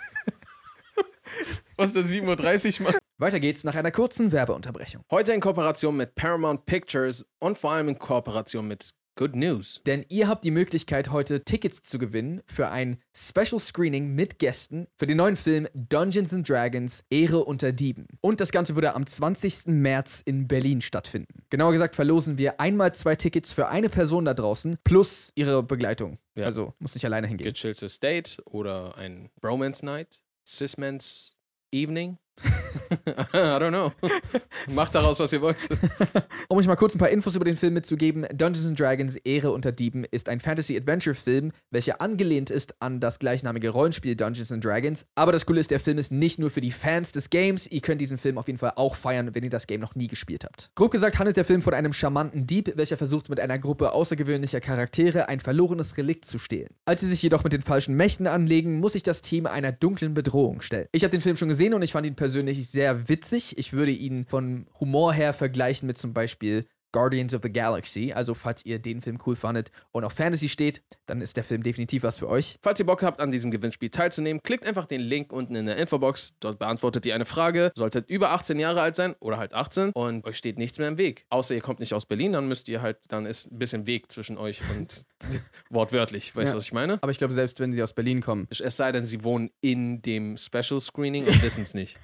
S2: Was ist der 7.30 Uhr? Mann?
S1: Weiter geht's nach einer kurzen Werbeunterbrechung.
S2: Heute in Kooperation mit Paramount Pictures und vor allem in Kooperation mit Good News.
S1: Denn ihr habt die Möglichkeit, heute Tickets zu gewinnen für ein Special Screening mit Gästen für den neuen Film Dungeons and Dragons Ehre unter Dieben. Und das Ganze würde am 20. März in Berlin stattfinden. Genauer gesagt verlosen wir einmal zwei Tickets für eine Person da draußen plus ihre Begleitung.
S2: Ja.
S1: Also muss nicht alleine hingehen.
S2: gechilltes Date oder ein Bromance Night, Sisman's Evening. [laughs] I don't know. Macht daraus, was ihr wollt.
S1: Um euch mal kurz ein paar Infos über den Film mitzugeben, Dungeons and Dragons Ehre unter Dieben ist ein Fantasy-Adventure-Film, welcher angelehnt ist an das gleichnamige Rollenspiel Dungeons and Dragons. Aber das Coole ist, der Film ist nicht nur für die Fans des Games. Ihr könnt diesen Film auf jeden Fall auch feiern, wenn ihr das Game noch nie gespielt habt. Grob gesagt handelt der Film von einem charmanten Dieb, welcher versucht, mit einer Gruppe außergewöhnlicher Charaktere ein verlorenes Relikt zu stehlen. Als sie sich jedoch mit den falschen Mächten anlegen, muss sich das Team einer dunklen Bedrohung stellen. Ich habe den Film schon gesehen und ich fand ihn persönlich sehr witzig. Ich würde ihn von Humor her vergleichen mit zum Beispiel Guardians of the Galaxy. Also falls ihr den Film cool fandet und auf Fantasy steht, dann ist der Film definitiv was für euch.
S2: Falls ihr Bock habt, an diesem Gewinnspiel teilzunehmen, klickt einfach den Link unten in der Infobox. Dort beantwortet ihr eine Frage. Solltet über 18 Jahre alt sein oder halt 18 und euch steht nichts mehr im Weg. Außer ihr kommt nicht aus Berlin, dann müsst ihr halt, dann ist ein bisschen Weg zwischen euch und [laughs] wortwörtlich. Weißt du,
S1: Ja.
S2: was ich meine?
S1: Aber ich glaube, selbst wenn sie aus Berlin kommen,
S2: Es sei denn, sie wohnen in dem Special Screening und wissen es [laughs] nicht.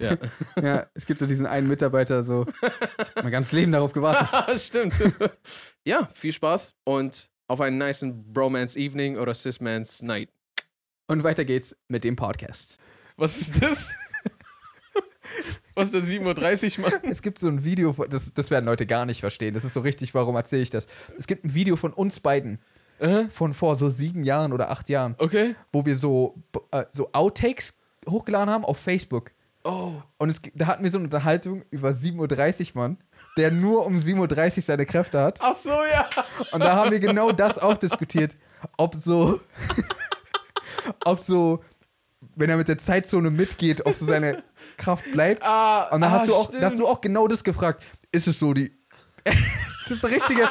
S2: Ja.
S1: [laughs] ja, es gibt so diesen einen Mitarbeiter, [laughs] so mein ganzes Leben darauf gewartet.
S2: Ah, Stimmt. [laughs] ja, viel Spaß und auf einen nicen Bromance Evening oder Sisman's Night.
S1: Und weiter geht's mit dem Podcast.
S2: Was ist das? [laughs] Was ist das 7.30 Uhr, Mann?
S1: Es gibt so ein Video, von- das, das werden Leute gar nicht verstehen. Das ist so richtig, warum erzähle ich das? Es gibt ein Video von uns beiden
S2: Äh?
S1: von vor so sieben Jahren oder acht Jahren,
S2: Okay.
S1: wo wir so, b- äh, so Outtakes hochgeladen haben auf Facebook.
S2: Oh.
S1: Und es, g- da hatten wir so eine Unterhaltung über 7.30 Uhr, Mann, der nur um 7.30 Uhr seine Kräfte hat.
S2: Ach so, ja.
S1: Und da haben wir genau das auch diskutiert, ob so, [laughs] ob so, wenn er mit der Zeitzone mitgeht, ob so seine Kraft bleibt.
S2: Ah,
S1: Und da
S2: ah,
S1: hast, du auch, da
S2: stimmt.
S1: hast du auch genau das gefragt. Ist es so die. [laughs] das ist der richtige.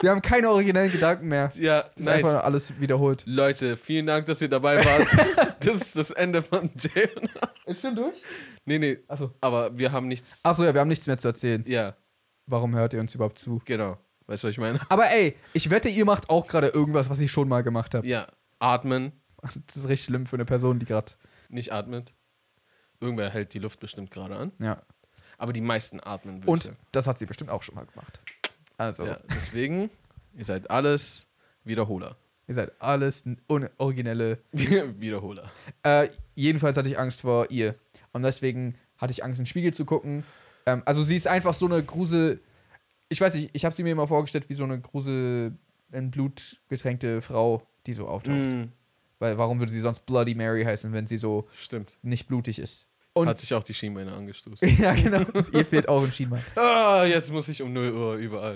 S1: Wir haben keine originellen Gedanken mehr. Das
S2: Ja,
S1: ist
S2: nice.
S1: einfach nur alles wiederholt.
S2: Leute, vielen Dank, dass ihr
S1: [laughs]
S2: dabei wart. das ist das Ende von Jay. und-
S1: Ist schon durch?
S2: Nee, nee.
S1: Achso.
S2: Aber wir haben nichts.
S1: Achso, ja, wir haben nichts mehr zu erzählen.
S2: Ja.
S1: warum hört ihr uns überhaupt zu?
S2: Genau. Weißt du, was ich meine?
S1: Aber ey, ich wette, ihr macht auch gerade irgendwas, was ich schon mal gemacht habe.
S2: Ja. Atmen,
S1: Das ist richtig schlimm für eine Person, die gerade.
S2: nicht atmet. Irgendwer hält die Luft bestimmt gerade an.
S1: Ja.
S2: Aber die meisten atmen. würde ich
S1: Und
S2: sagen.
S1: das hat sie bestimmt auch schon mal gemacht. Also,
S2: Ja, deswegen, ihr seid alles Wiederholer. [laughs]
S1: ihr seid alles n- unoriginelle.
S2: Wiederholer.
S1: Äh, jedenfalls hatte ich Angst vor ihr. Und deswegen hatte ich Angst, in den Spiegel zu gucken. Ähm, also, sie ist einfach so eine Grusel. Ich weiß nicht, ich habe sie mir immer vorgestellt wie so eine Grusel in Blut getränkte Frau, die so auftaucht.
S2: Mm,
S1: Weil warum würde sie sonst Bloody Mary heißen, wenn sie so
S2: stimmt.
S1: nicht blutig ist? Und-
S2: Hat sich auch die Schienbeine angestoßen.
S1: [laughs] ja, genau. [laughs] ihr fehlt auch ein Schienbein.
S2: ah, jetzt muss ich um 0 Uhr überall.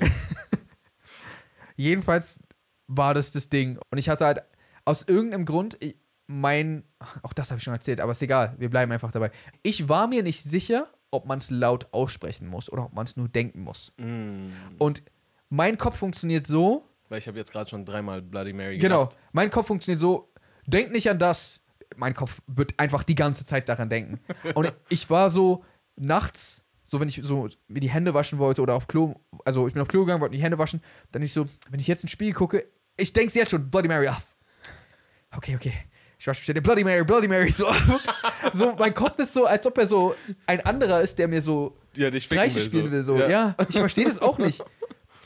S1: Jedenfalls war das das Ding. Und ich hatte halt aus irgendeinem Grund ich, mein. Auch das habe ich schon erzählt, aber ist egal. Wir bleiben einfach dabei. Ich war mir nicht sicher, ob man es laut aussprechen muss oder ob man es nur denken muss.
S2: mm,
S1: Und mein Kopf funktioniert so.
S2: weil ich habe jetzt gerade schon dreimal Bloody Mary
S1: Genau.
S2: gemacht.
S1: Mein Kopf funktioniert so. Denk nicht an das. Mein Kopf wird einfach die ganze Zeit daran denken. Und [laughs] ich war so nachts, so wenn ich so mir die Hände waschen wollte oder auf Klo, also ich bin auf Klo gegangen, wollte mir die Hände waschen, dann ich so, wenn ich jetzt ins Spiel gucke, ich denke jetzt schon, Bloody Mary, ach. Okay, okay. Ich wasche mich jetzt, Bloody Mary, Bloody Mary, so. [laughs] so. Mein Kopf ist so, als ob er so ein anderer ist, der mir so
S2: Ja, dich ficken
S1: Streiche Genau. spielen will, so. Ja,
S2: Ja.
S1: ich verstehe das auch [laughs] nicht.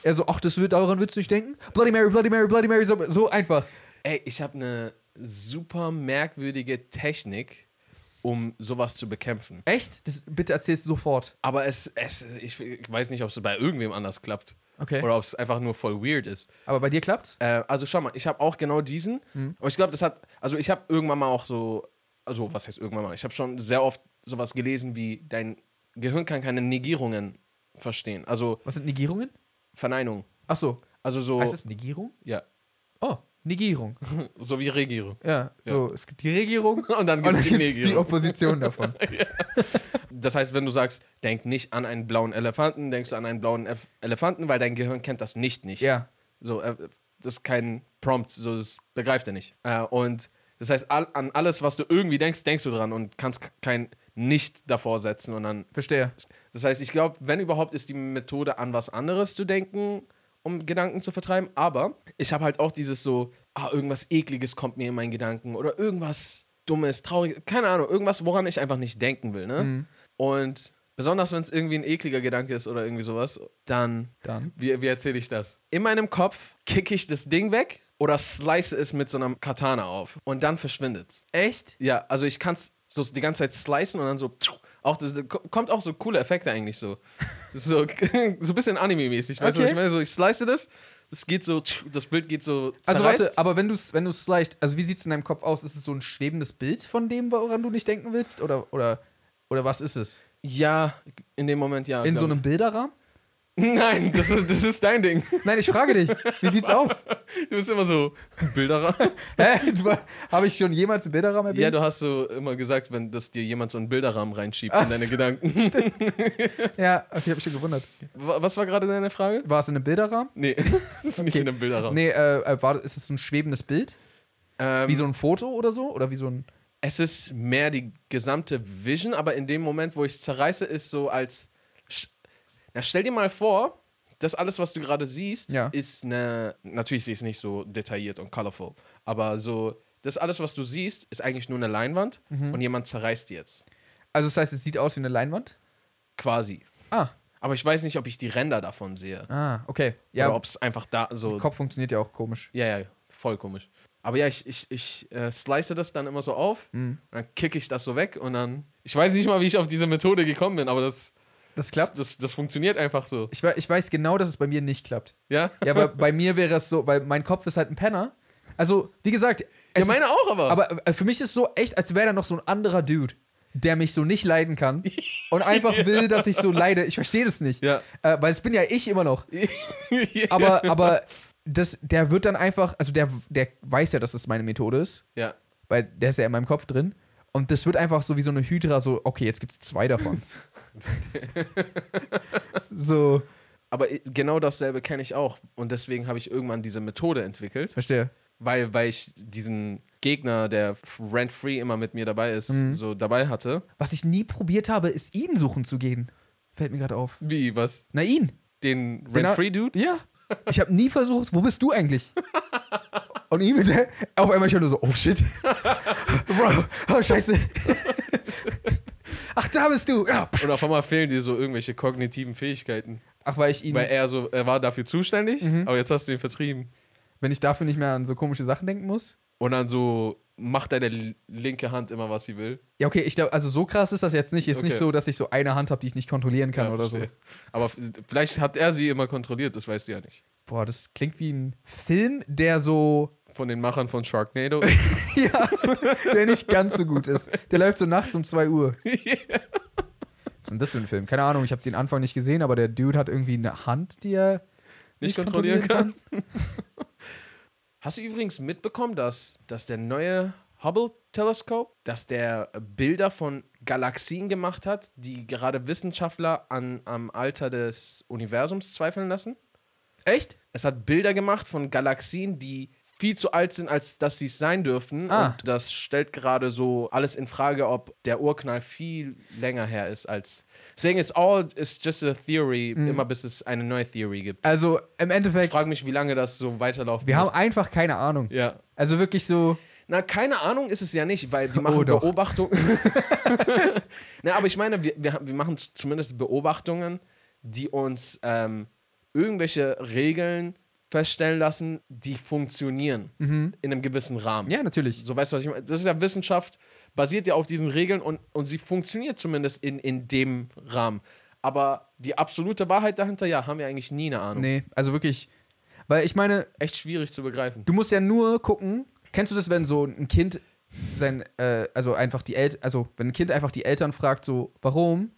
S1: Er so, ach, das wird, daran würdest du nicht denken? Bloody Mary, Bloody Mary, Bloody Mary, so, so einfach.
S2: Ey, ich habe eine super merkwürdige Technik, um sowas zu bekämpfen.
S1: Echt? Das, bitte erzähl's sofort.
S2: Aber es, es ich weiß nicht, ob es bei irgendwem anders klappt.
S1: Okay.
S2: Oder ob es einfach nur voll weird ist.
S1: Aber bei dir klappt's?
S2: Äh, also schau mal, ich habe auch genau diesen.
S1: Hm.
S2: Und ich glaube, das hat, also ich habe irgendwann mal auch so, also was heißt irgendwann mal? Ich habe schon sehr oft sowas gelesen wie, dein Gehirn kann keine Negierungen verstehen. Also
S1: Was sind Negierungen?
S2: Verneinung.
S1: Ach so.
S2: Also so,
S1: Heißt das Negierung?
S2: ja,
S1: Oh, Negierung.
S2: so wie Regierung. [laughs]
S1: Ja, so, es gibt die Regierung und
S2: Und dann
S1: dann
S2: gibt [laughs] es die
S1: gibt's die
S2: Negierung.
S1: Opposition davon.
S2: [laughs] Das heißt, wenn du sagst, denk nicht an einen blauen Elefanten, denkst du an einen blauen Elef- Elefanten, weil dein Gehirn kennt das nicht nicht.
S1: ja.
S2: So, äh, das ist kein Prompt, so, das begreift er nicht. Äh, und das heißt, all, an alles, was du irgendwie denkst, denkst du dran und kannst k- kein Nicht davor setzen. Und dann,
S1: Verstehe.
S2: das heißt, ich glaube, wenn überhaupt, ist die Methode, an was anderes zu denken, um Gedanken zu vertreiben. Aber ich habe halt auch dieses so, ah, irgendwas Ekliges kommt mir in meinen Gedanken oder irgendwas Dummes, Trauriges, keine Ahnung, irgendwas, woran ich einfach nicht denken will. Ne? Und besonders, wenn es irgendwie ein ekliger Gedanke ist oder irgendwie sowas, dann
S1: Dann.
S2: wie, wie erzähle ich das? In meinem Kopf kicke ich das Ding weg oder slice es mit so einer Katana auf und dann verschwindet's.
S1: Echt?
S2: Ja, also ich kann's so die ganze Zeit slicen und dann so tschu, auch das, ko- kommt auch so coole Effekte eigentlich so. So, [laughs] so ein bisschen anime-mäßig, weißt du, was
S1: Okay.
S2: ich meine? So, ich slice das, es geht so, tschu, das Bild geht so
S1: Also
S2: zerreißt.
S1: warte, aber wenn du es wenn du's sliced, also wie sieht's in deinem Kopf aus? Ist es so ein schwebendes Bild von dem, woran du nicht denken willst? Oder, oder, oder was ist es?
S2: Ja, in dem Moment ja.
S1: In so
S2: glaub
S1: einem Bilderrahmen?
S2: ich. [laughs] Nein, das ist, das ist dein Ding.
S1: Nein, ich frage dich, wie sieht's aus?
S2: [laughs] Du bist immer so Bilderrahmen.
S1: Hä? Habe ich schon jemals einen Bilderrahmen erwähnt?
S2: [laughs] Ja, du hast so immer gesagt, wenn das dir jemand so einen Bilderrahmen reinschiebt
S1: Ach
S2: in deine
S1: so.
S2: Gedanken.
S1: Ja, okay, hab ich schon gewundert.
S2: Wa- Was war gerade deine Frage?
S1: War es in einem Bilderrahmen?
S2: Nee, [laughs] das ist nicht
S1: Okay.
S2: in einem Bilderraum.
S1: Nee, äh, äh, war, ist es so ein schwebendes Bild?
S2: Ähm,
S1: Wie so ein Foto oder so? Oder wie so ein.
S2: Es ist mehr die gesamte Vision, aber in dem Moment, wo ich es zerreiße, ist so als. sch- Na, stell dir mal vor, das alles, was du gerade siehst,
S1: Ja.
S2: ist eine. Natürlich sehe ich es nicht so detailliert und colorful, aber so. Das alles, was du siehst, ist eigentlich nur eine Leinwand
S1: Mhm.
S2: und jemand zerreißt die jetzt.
S1: Also, das heißt, es sieht aus wie eine Leinwand?
S2: Quasi.
S1: Ah,
S2: Aber ich weiß nicht, ob ich die Ränder davon sehe.
S1: ah, okay.
S2: Oder
S1: Ja,
S2: ob es einfach da so.
S1: Kopf funktioniert ja auch komisch.
S2: Ja, ja, voll komisch. Aber ja, ich, ich, ich äh, slice das dann immer so auf
S1: Mhm.
S2: und dann kicke ich das so weg und dann. Ich weiß nicht mal, wie ich auf diese Methode gekommen bin, aber das,
S1: Das klappt?
S2: das, das funktioniert einfach so.
S1: Ich, we- ich weiß genau, dass es bei mir nicht klappt.
S2: Ja?
S1: Ja, aber bei mir wäre es so, weil mein Kopf ist halt ein Penner. Also, wie gesagt.
S2: Ich
S1: [laughs] es
S2: meine
S1: ist,
S2: auch, [laughs] aber.
S1: Aber äh, für mich ist es so echt, als wäre da noch so ein anderer Dude, der mich so nicht leiden
S2: [laughs]
S1: kann und einfach will, dass ich so leide. Ich verstehe das nicht.
S2: Ja.
S1: Äh, weil es bin ja ich immer noch. [laughs] Aber, aber das, der wird dann einfach, also der, der weiß ja, dass das meine Methode ist,
S2: ja.
S1: weil der ist ja in meinem Kopf drin. Und das wird einfach so wie so eine Hydra, so, okay, jetzt gibt's zwei [laughs] davon. so,
S2: Aber i- genau dasselbe kenne ich auch. Und deswegen habe ich irgendwann diese Methode entwickelt,
S1: verstehe.
S2: weil, weil ich diesen Gegner, der rent free immer mit mir dabei ist,
S1: Mhm.
S2: so dabei hatte.
S1: Was ich nie probiert habe, ist ihn suchen zu gehen. Fällt mir gerade auf.
S2: Wie, was?
S1: Na, ihn.
S2: Den
S1: Den hat-
S2: Rent-Free-Dude?
S1: Ja. Ich habe nie versucht, wo bist du [laughs] eigentlich? Und ihm hinterher, auf einmal schon nur so, oh shit. Bro, [laughs] oh scheiße. Ach, da bist du. Ja.
S2: Und auf einmal fehlen dir so irgendwelche kognitiven Fähigkeiten.
S1: Ach, weil ich ihn,
S2: Weil er so, er war dafür zuständig,
S1: Mhm.
S2: aber jetzt hast du ihn vertrieben.
S1: wenn ich dafür nicht mehr an so komische Sachen denken muss.
S2: Und dann so macht deine li- linke Hand immer, was sie will.
S1: Ja, okay, ich glaube, also so krass ist das jetzt nicht. Ist nicht
S2: Okay.
S1: so, dass ich so eine Hand habe, die ich nicht kontrollieren kann
S2: Ja,
S1: oder so.
S2: verstehe. Aber f- vielleicht hat er sie immer kontrolliert, das weißt du ja nicht.
S1: Boah, das klingt wie ein Film, der so, [laughs]
S2: Von den Machern von Sharknado.
S1: ja, der nicht ganz so gut ist. Der läuft so nachts um 2
S2: [laughs]
S1: Uhr. Was ist denn das für ein Film? Keine Ahnung, ich habe den Anfang nicht gesehen, aber der Dude hat irgendwie eine Hand, die er
S2: nicht kontrollieren kann. Hast du übrigens mitbekommen, dass, dass der neue Hubble-Teleskop, dass der Bilder von Galaxien gemacht hat, die gerade Wissenschaftler an, am Alter des Universums zweifeln lassen?
S1: Echt?
S2: Es hat Bilder gemacht von Galaxien, die viel zu alt sind, als dass sie es sein dürften.
S1: Ah.
S2: Und das stellt gerade so alles in Frage, ob der Urknall viel länger her ist als. Deswegen ist all is just a theory,
S1: Mhm.
S2: immer bis es eine neue Theory gibt.
S1: Also im
S2: Ich
S1: Endeffekt,
S2: frage mich, wie lange das so weiterlaufen
S1: wir
S2: wird.
S1: haben einfach keine Ahnung.
S2: Ja.
S1: Also wirklich so,
S2: Na, keine Ahnung ist es ja nicht, weil
S1: [laughs]
S2: die machen
S1: Oh, doch.
S2: Beobachtungen.
S1: [laughs]
S2: Na, aber ich meine, wir, wir, haben- wir machen z- zumindest Beobachtungen, die uns ähm, irgendwelche Regeln feststellen lassen, die funktionieren in einem gewissen Rahmen.
S1: Mhm. ja, natürlich.
S2: So weißt du, was ich meine? Das ist ja Wissenschaft, basiert ja auf diesen Regeln und, und sie funktioniert zumindest in, in dem Rahmen. Aber die absolute Wahrheit dahinter, ja, haben wir eigentlich nie eine Ahnung.
S1: Nee, also wirklich, weil ich meine,
S2: Echt schwierig zu begreifen.
S1: Du musst ja nur gucken. Kennst du das, wenn so ein Kind sein, äh, also einfach die Eltern, also wenn ein Kind einfach die Eltern fragt, so, warum?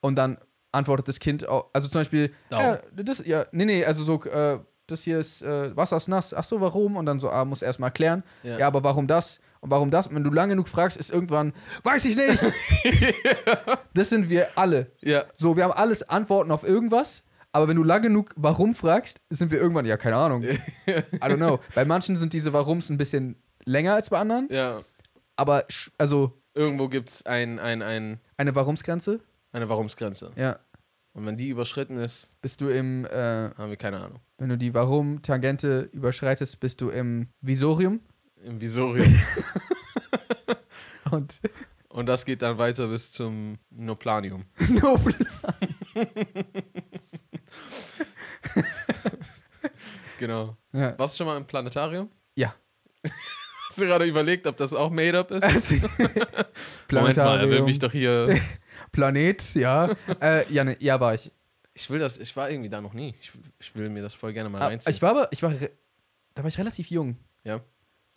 S1: Und dann antwortet das Kind, auch, also zum Beispiel,
S2: Darum.
S1: ja, das, ja, nee, nee, also so, äh, das hier ist, äh, Wasser ist nass, ach so, warum? Und dann so, ah, muss erstmal erklären, ja.
S2: Ja.
S1: aber warum das? Und warum das? Und wenn du lang genug fragst, ist irgendwann, weiß ich nicht. Das sind wir alle.
S2: Ja.
S1: So, wir haben alles Antworten auf irgendwas, aber wenn du lang genug warum fragst, sind wir irgendwann, ja, keine
S2: [laughs]
S1: Ahnung. I don't know. Bei manchen sind diese Warums ein bisschen länger als bei anderen,
S2: Ja.
S1: aber sch- also
S2: Irgendwo gibt es ein, ein, ein,
S1: eine Warumsgrenze,
S2: eine Warumsgrenze.
S1: ja,
S2: Und wenn die überschritten ist,
S1: bist du im, äh,
S2: haben wir keine Ahnung.
S1: wenn du die Warum-Tangente überschreitest, bist du im Visorium [laughs]
S2: Im Visorium.
S1: und
S2: Und das geht dann weiter bis zum Noplanium.
S1: Nobel.
S2: Genau.
S1: Ja.
S2: Warst du schon mal im Planetarium?
S1: Ja.
S2: [laughs] Hast du gerade überlegt, ob das auch
S1: [laughs]
S2: made-up ist? [laughs] Moment mal, er will
S1: Planetarium,
S2: mich doch hier.
S1: [laughs] Planet, ja. äh, ja, ne, ja, war ich.
S2: Ich will das, ich war irgendwie da noch nie. Ich, ich will mir das voll gerne mal
S1: Ah,
S2: reinziehen.
S1: Ich war aber, ich war, re- da war ich relativ jung.
S2: ja.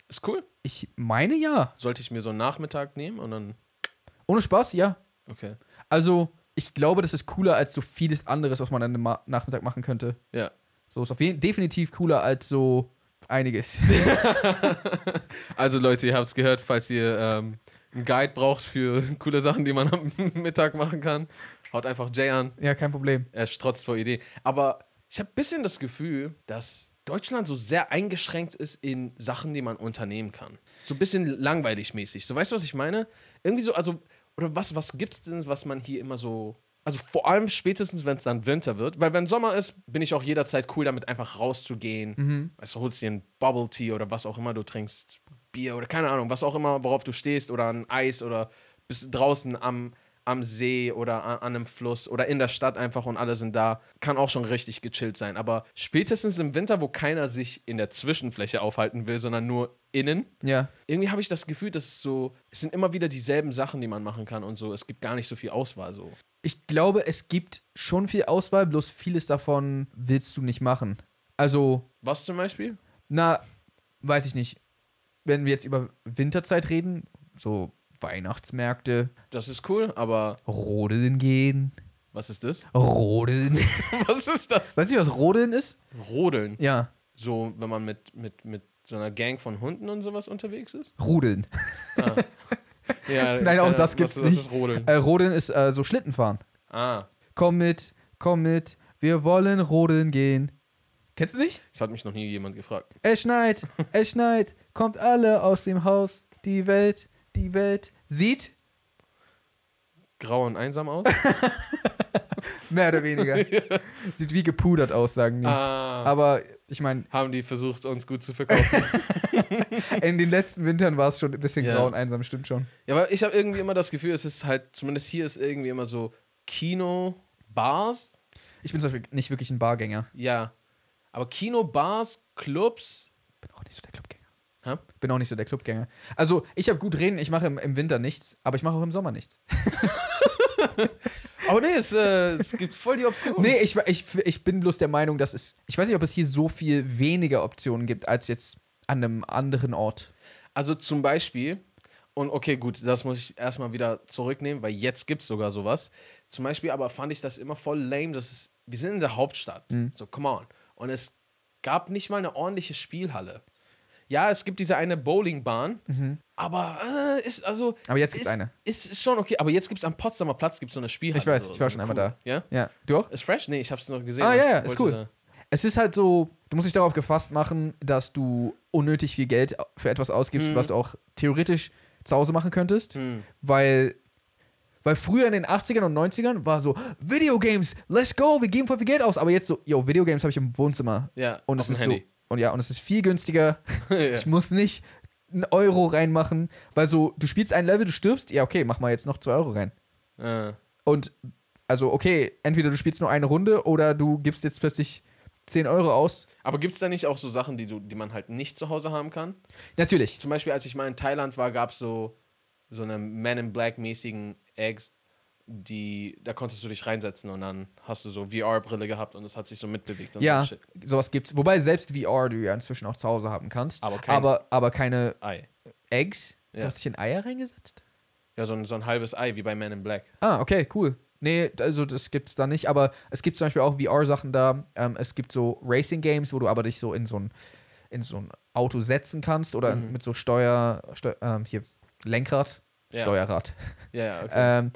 S2: Ist cool.
S1: Ich meine ja.
S2: Sollte ich mir so einen Nachmittag nehmen und dann.
S1: Ohne Spaß, ja.
S2: Okay.
S1: Also, ich glaube, das ist cooler als so vieles anderes, was man an einem Ma Nachmittag machen könnte.
S2: Ja.
S1: So ist auf jeden definitiv cooler als so einiges.
S2: Also Leute, ihr habt es gehört, falls ihr ähm, einen Guide braucht für [laughs] coole Sachen, die man am [laughs] Mittag machen kann, haut einfach Jay an.
S1: ja, kein Problem.
S2: Er strotzt vor Ideen. Aber ich habe ein bisschen das Gefühl, dass Deutschland so sehr eingeschränkt ist in Sachen, die man unternehmen kann. So ein bisschen langweilig mäßig. So weißt du, was ich meine? Irgendwie so, also, oder was, was gibt es denn, was man hier immer so. Also vor allem spätestens, wenn es dann Winter wird. Weil wenn Sommer ist, bin ich auch jederzeit cool damit, einfach rauszugehen. Weißt du, holst dir einen Bubble Tea oder was auch immer du trinkst. Bier oder keine Ahnung, was auch immer, worauf du stehst. Oder ein Eis oder bist draußen am, am See oder an, an einem Fluss oder in der Stadt einfach und alle sind da, kann auch schon richtig gechillt sein. Aber spätestens im Winter, wo keiner sich in der Zwischenfläche aufhalten will, sondern nur innen,
S1: Ja.
S2: irgendwie habe ich das Gefühl, dass es so, es sind immer wieder dieselben Sachen, die man machen kann und so. Es gibt gar nicht so viel Auswahl so.
S1: Ich glaube, es gibt schon viel Auswahl, bloß vieles davon willst du nicht machen. Also,
S2: Was zum Beispiel?
S1: na, weiß ich nicht. Wenn wir jetzt über Winterzeit reden, so Weihnachtsmärkte,
S2: Das ist cool, aber
S1: Rodeln gehen,
S2: was ist das? [laughs]
S1: Rodeln. [laughs]
S2: Was ist das?
S1: weißt du, was Rodeln ist?
S2: Rodeln.
S1: Ja,
S2: So, wenn man mit, mit, mit so einer Gang von Hunden und sowas unterwegs ist?
S1: Rudeln. [laughs]
S2: Ja,
S1: Nein, auch
S2: keine-
S1: das gibt's
S2: was,
S1: nicht.
S2: Was ist Rodeln?
S1: Äh, Rodeln ist äh, so Schlittenfahren.
S2: Ah,
S1: Komm mit, komm mit, wir wollen rodeln gehen. Kennst du nicht?
S2: das hat mich noch nie jemand gefragt.
S1: Es schneit, es schneit, kommt alle aus dem Haus, die Welt, die Welt sieht
S2: grau und einsam aus?
S1: Mehr oder weniger. Sieht wie gepudert aus, sagen die.
S2: Ah,
S1: Aber ich meine,
S2: haben die versucht, uns gut zu verkaufen.
S1: in den letzten Wintern war es schon ein bisschen
S2: Ja.
S1: grau und einsam, stimmt schon.
S2: ja, aber ich habe irgendwie immer das Gefühl, es ist halt, zumindest hier ist irgendwie immer so Kino, Bars,
S1: Ich bin zum Beispiel nicht wirklich ein Bargänger.
S2: ja. Aber Kino, Bars, Clubs,
S1: Bin auch nicht so der Clubgänger.
S2: Hä?
S1: Bin auch nicht so der Clubgänger. Also, ich habe gut reden, ich mache im, im Winter nichts, aber ich mache auch im Sommer nichts.
S2: Oh nee, es, äh, es gibt voll die Option.
S1: Nee, ich, ich, ich bin bloß der Meinung, dass es. Ich weiß nicht, ob es hier so viel weniger Optionen gibt als jetzt an einem anderen Ort.
S2: Also zum Beispiel, und okay, gut, das muss ich erstmal wieder zurücknehmen, weil jetzt gibt es sogar sowas. Zum Beispiel aber fand ich das immer voll lame, dass es, wir sind in der Hauptstadt,
S1: Mhm.
S2: so come on. Und es gab nicht mal eine ordentliche Spielhalle. Ja, es gibt diese eine Bowlingbahn, aber äh, ist also.
S1: Mhm. Aber jetzt gibt's
S2: ist,
S1: eine.
S2: Ist, ist schon okay, aber jetzt gibt es am Potsdamer Platz gibt's so eine Spielhalle.
S1: Ich weiß,
S2: so,
S1: ich war
S2: so
S1: schon
S2: eine
S1: einmal da.
S2: coole- Ja?
S1: Ja. Du auch?
S2: Ist fresh? Nee, ich hab's noch gesehen.
S1: Ah,
S2: aber
S1: ja,
S2: ich
S1: ja, ist
S2: wollte
S1: cool.
S2: da-
S1: Es ist halt so, du musst dich darauf gefasst machen, dass du unnötig viel Geld für etwas ausgibst,
S2: Mhm.
S1: was du auch theoretisch zu Hause machen könntest, weil weil früher in den 80ern und 90ern war so Videogames, let's go, wir geben voll viel Geld aus, aber jetzt so, yo, Videogames habe ich im Wohnzimmer
S2: Ja,
S1: und
S2: auf
S1: es
S2: dem
S1: ist
S2: Handy.
S1: so und ja, und es ist viel günstiger.
S2: [laughs] Ja.
S1: Ich muss nicht einen Euro reinmachen, weil so du spielst ein Level, du stirbst, ja, okay, mach mal jetzt noch zwei Euro rein.
S2: Äh,
S1: Und also, okay, entweder du spielst nur eine Runde oder du gibst jetzt plötzlich 10 Euro aus.
S2: Aber gibt's da nicht auch so Sachen, die, du, die man halt nicht zu Hause haben kann?
S1: Natürlich.
S2: zum Beispiel, als ich mal in Thailand war, gab es so, so eine Man in Black-mäßigen Eggs, die, da konntest du dich reinsetzen und dann hast du so VR-Brille gehabt und es hat sich so mitbewegt. Und
S1: Ja,
S2: So shit.
S1: sowas gibt's. Wobei selbst VR du ja inzwischen auch zu Hause haben kannst.
S2: Aber keine.
S1: aber, aber keine
S2: Ei.
S1: Eggs. Du
S2: Ja.
S1: hast dich in Eier reingesetzt?
S2: Ja, so ein, so ein halbes Ei, wie bei Man in Black.
S1: Ah, okay, cool. Nee, also das gibt's da nicht, aber es gibt zum Beispiel auch VR-Sachen da. Ähm, es gibt so Racing-Games, wo du aber dich so in so ein, in so ein Auto setzen kannst oder
S2: Mhm.
S1: mit so Steuer, Steu ähm, hier, Lenkrad,
S2: Ja.
S1: Steuerrad.
S2: Ja, ja, okay.
S1: Ähm,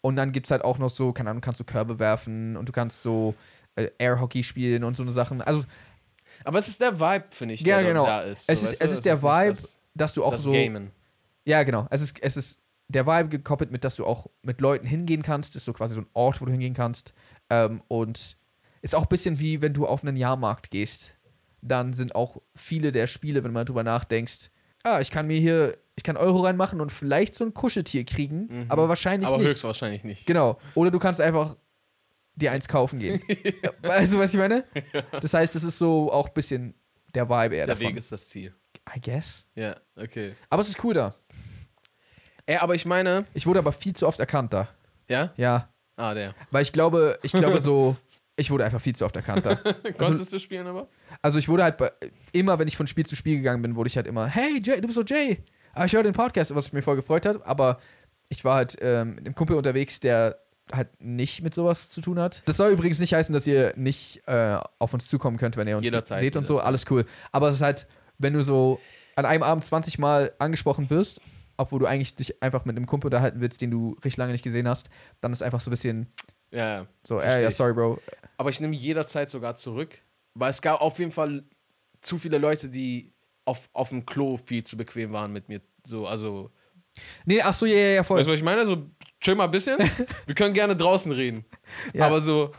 S1: und dann gibt es halt auch noch so, keine Ahnung, kannst du Körbe werfen und du kannst so äh, Air-Hockey spielen und so eine Sachen. Also,
S2: Aber es ist der Vibe, finde ich,
S1: ja,
S2: der
S1: genau.
S2: da ist.
S1: es,
S2: so,
S1: ist,
S2: weißt du?
S1: es ist der
S2: nicht
S1: Vibe,
S2: Das,
S1: dass du auch
S2: das
S1: so.
S2: Gamen.
S1: Ja, genau. Es ist, es ist der Vibe gekoppelt mit, dass du auch mit Leuten hingehen kannst. Ist so quasi so ein Ort, wo du hingehen kannst. Ähm, und ist auch ein bisschen wie, wenn du auf einen Jahrmarkt gehst. Dann sind auch viele der Spiele, wenn man drüber nachdenkst, ah, ich kann mir hier, ich kann Euro reinmachen und vielleicht so ein Kuscheltier kriegen, aber wahrscheinlich
S2: Mhm. Aber
S1: nicht.
S2: höchstwahrscheinlich nicht.
S1: Genau. Oder du kannst einfach dir eins kaufen
S2: [laughs]
S1: gehen. Weißt du, was ich meine? Das heißt, es ist so auch ein bisschen der Vibe eher
S2: Der
S1: davon.
S2: Weg ist das Ziel.
S1: I guess.
S2: Ja, okay.
S1: Aber es ist cool da.
S2: Äh, aber ich meine,
S1: Ich wurde aber viel zu oft erkannt da.
S2: ja?
S1: Ja.
S2: Ah, der.
S1: Weil ich glaube, ich
S2: [laughs]
S1: glaube so, ich wurde einfach viel zu oft erkannt da.
S2: Konntest du spielen aber?
S1: Also ich wurde halt bei, immer, wenn ich von Spiel zu Spiel gegangen bin, wurde ich halt immer, hey Jay, du bist so Jay. Ah, ich höre den Podcast, was mich voll gefreut hat, aber ich war halt ähm, mit einem Kumpel unterwegs, der halt nicht mit sowas zu tun hat. Das soll übrigens nicht heißen, dass ihr nicht äh, auf uns zukommen könnt, wenn ihr uns
S2: Jederzeit,
S1: seht und so,
S2: jederzeit.
S1: alles cool. Aber es ist halt, wenn du so an einem Abend 20 Mal angesprochen wirst, obwohl du eigentlich dich einfach mit einem Kumpel unterhalten willst, den du richtig lange nicht gesehen hast, dann ist einfach so ein bisschen
S2: Ja, ja.
S1: so, äh,
S2: Versteh
S1: ja,
S2: ich.
S1: sorry, Bro.
S2: Aber ich nehme jederzeit sogar zurück, weil es gab auf jeden Fall zu viele Leute, die auf, auf dem Klo viel zu bequem waren mit mir. So, also,
S1: Nee, ach so, ja, ja, ja, voll.
S2: weißt du, was ich meine? So, chill mal
S1: [laughs]
S2: ein bisschen. Wir können gerne draußen reden.
S1: Ja.
S2: Aber so,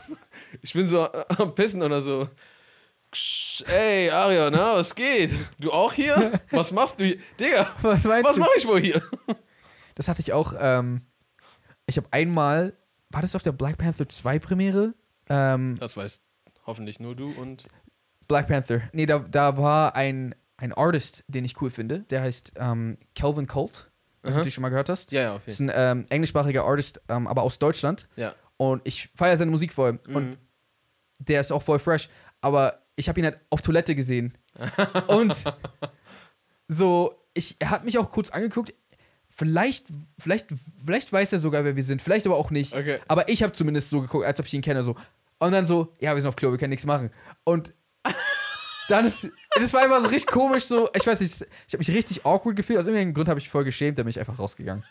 S2: ich bin so [laughs] am Pissen oder so. Ksch, Ey, Aria, na, was geht? Du
S1: [laughs]
S2: auch hier? Was machst du hier? Digga,
S1: was meinst
S2: was mache ich wohl hier?
S1: Das hatte ich auch. Ähm, ich habe einmal, war das auf der Black Panther 2 Premiere? Ähm,
S2: Das weißt hoffentlich nur du und.
S1: Black Panther. Nee, da, da war ein, ein Artist, den ich cool finde. Der heißt ähm, Calvin Colt. Wenn
S2: Aha.
S1: du die schon mal gehört hast.
S2: Ja, ja, auf jeden
S1: Ist ein ähm, englischsprachiger Artist, ähm, aber aus Deutschland.
S2: Fall.
S1: Und ich feiere seine Musik voll.
S2: Ja.
S1: Und der ist auch voll fresh. Aber ich habe ihn halt auf Toilette gesehen. Und so, ich, er hat mich auch kurz angeguckt. Vielleicht, vielleicht, vielleicht weiß er sogar, wer wir sind. Vielleicht aber auch nicht.
S2: Okay.
S1: Aber ich habe zumindest so geguckt, als ob ich ihn kenne. So. Und dann so, ja, wir sind auf Klo, wir können nichts machen. Und dann ist, das war einfach so richtig komisch. So, ich weiß nicht, ich habe mich richtig awkward gefühlt. Aus irgendeinem Grund habe ich voll geschämt, da bin ich einfach rausgegangen.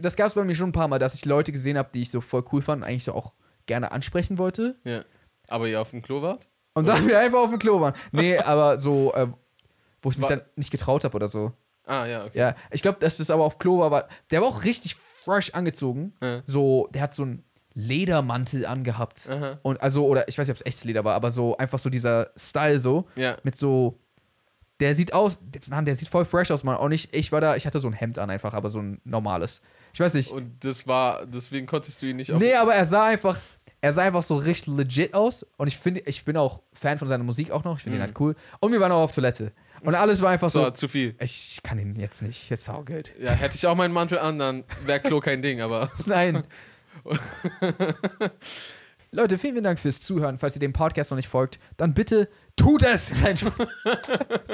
S1: das gab es bei mir schon ein paar Mal, dass ich Leute gesehen habe, die ich so voll cool fand, eigentlich so auch gerne ansprechen wollte.
S2: ja. Aber ihr auf dem Klo wart?
S1: Und dann wir einfach auf dem Klo waren. Nee, aber so, äh, wo ich mich
S2: war-
S1: dann nicht getraut habe oder so.
S2: Ah, ja, okay.
S1: Ja, ich glaube, dass das aber auf Klo war, war. Der war auch richtig fresh angezogen.
S2: Ja.
S1: So, der hat so ein Ledermantel angehabt.
S2: Aha.
S1: Und also, oder ich weiß nicht, ob es echtes Leder war, aber so einfach so dieser Style so.
S2: Ja.
S1: Mit so. Der sieht aus. Mann, der sieht voll fresh aus, Mann. Auch nicht, ich war da, ich hatte so ein Hemd an einfach, aber so ein normales. Ich weiß nicht.
S2: Und das war, deswegen konntest du ihn nicht auf.
S1: Nee, aber er sah einfach, er sah einfach so richtig legit aus. Und ich finde, ich bin auch Fan von seiner Musik auch noch. Ich finde ihn halt cool. Und wir waren auch auf Toilette. Und alles war einfach
S2: Das
S1: so.
S2: war zu viel.
S1: Ich kann ihn jetzt nicht. It's all good.
S2: Ja, hätte ich auch meinen Mantel an, dann wäre Klo kein Ding, aber.
S1: [laughs] Nein. Leute, vielen, vielen Dank fürs Zuhören. Falls ihr dem Podcast noch nicht folgt, dann bitte tut es. [laughs] Nein, Spaß.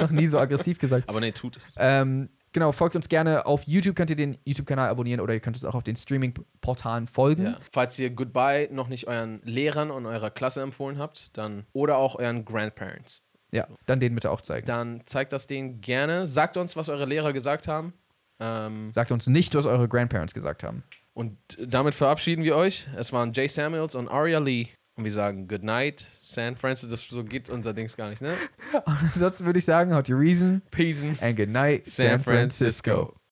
S1: noch nie so aggressiv gesagt.
S2: [laughs] Aber nee, tut es.
S1: Ähm, genau, folgt uns gerne auf YouTube. Könnt ihr den YouTube-Kanal abonnieren oder ihr könnt uns auch auf den Streaming-Portalen folgen.
S2: Ja. Falls ihr Goodbye noch nicht euren Lehrern und eurer Klasse empfohlen habt, dann oder auch euren Grandparents,
S1: ja, dann den bitte auch zeigen.
S2: dann zeigt das denen gerne. Sagt uns, was eure Lehrer gesagt haben. Ähm,
S1: Sagt uns nicht, was eure Grandparents gesagt haben. [laughs]
S2: und damit verabschieden wir euch. Es waren Jay Samuels und Aria Lee. Und wir sagen Good Night, San Francisco. Das so geht unser Dings gar nicht, ne?
S1: Ansonsten würde ich sagen, haut die Reason
S2: Peace.
S1: and good night, San, Francisco.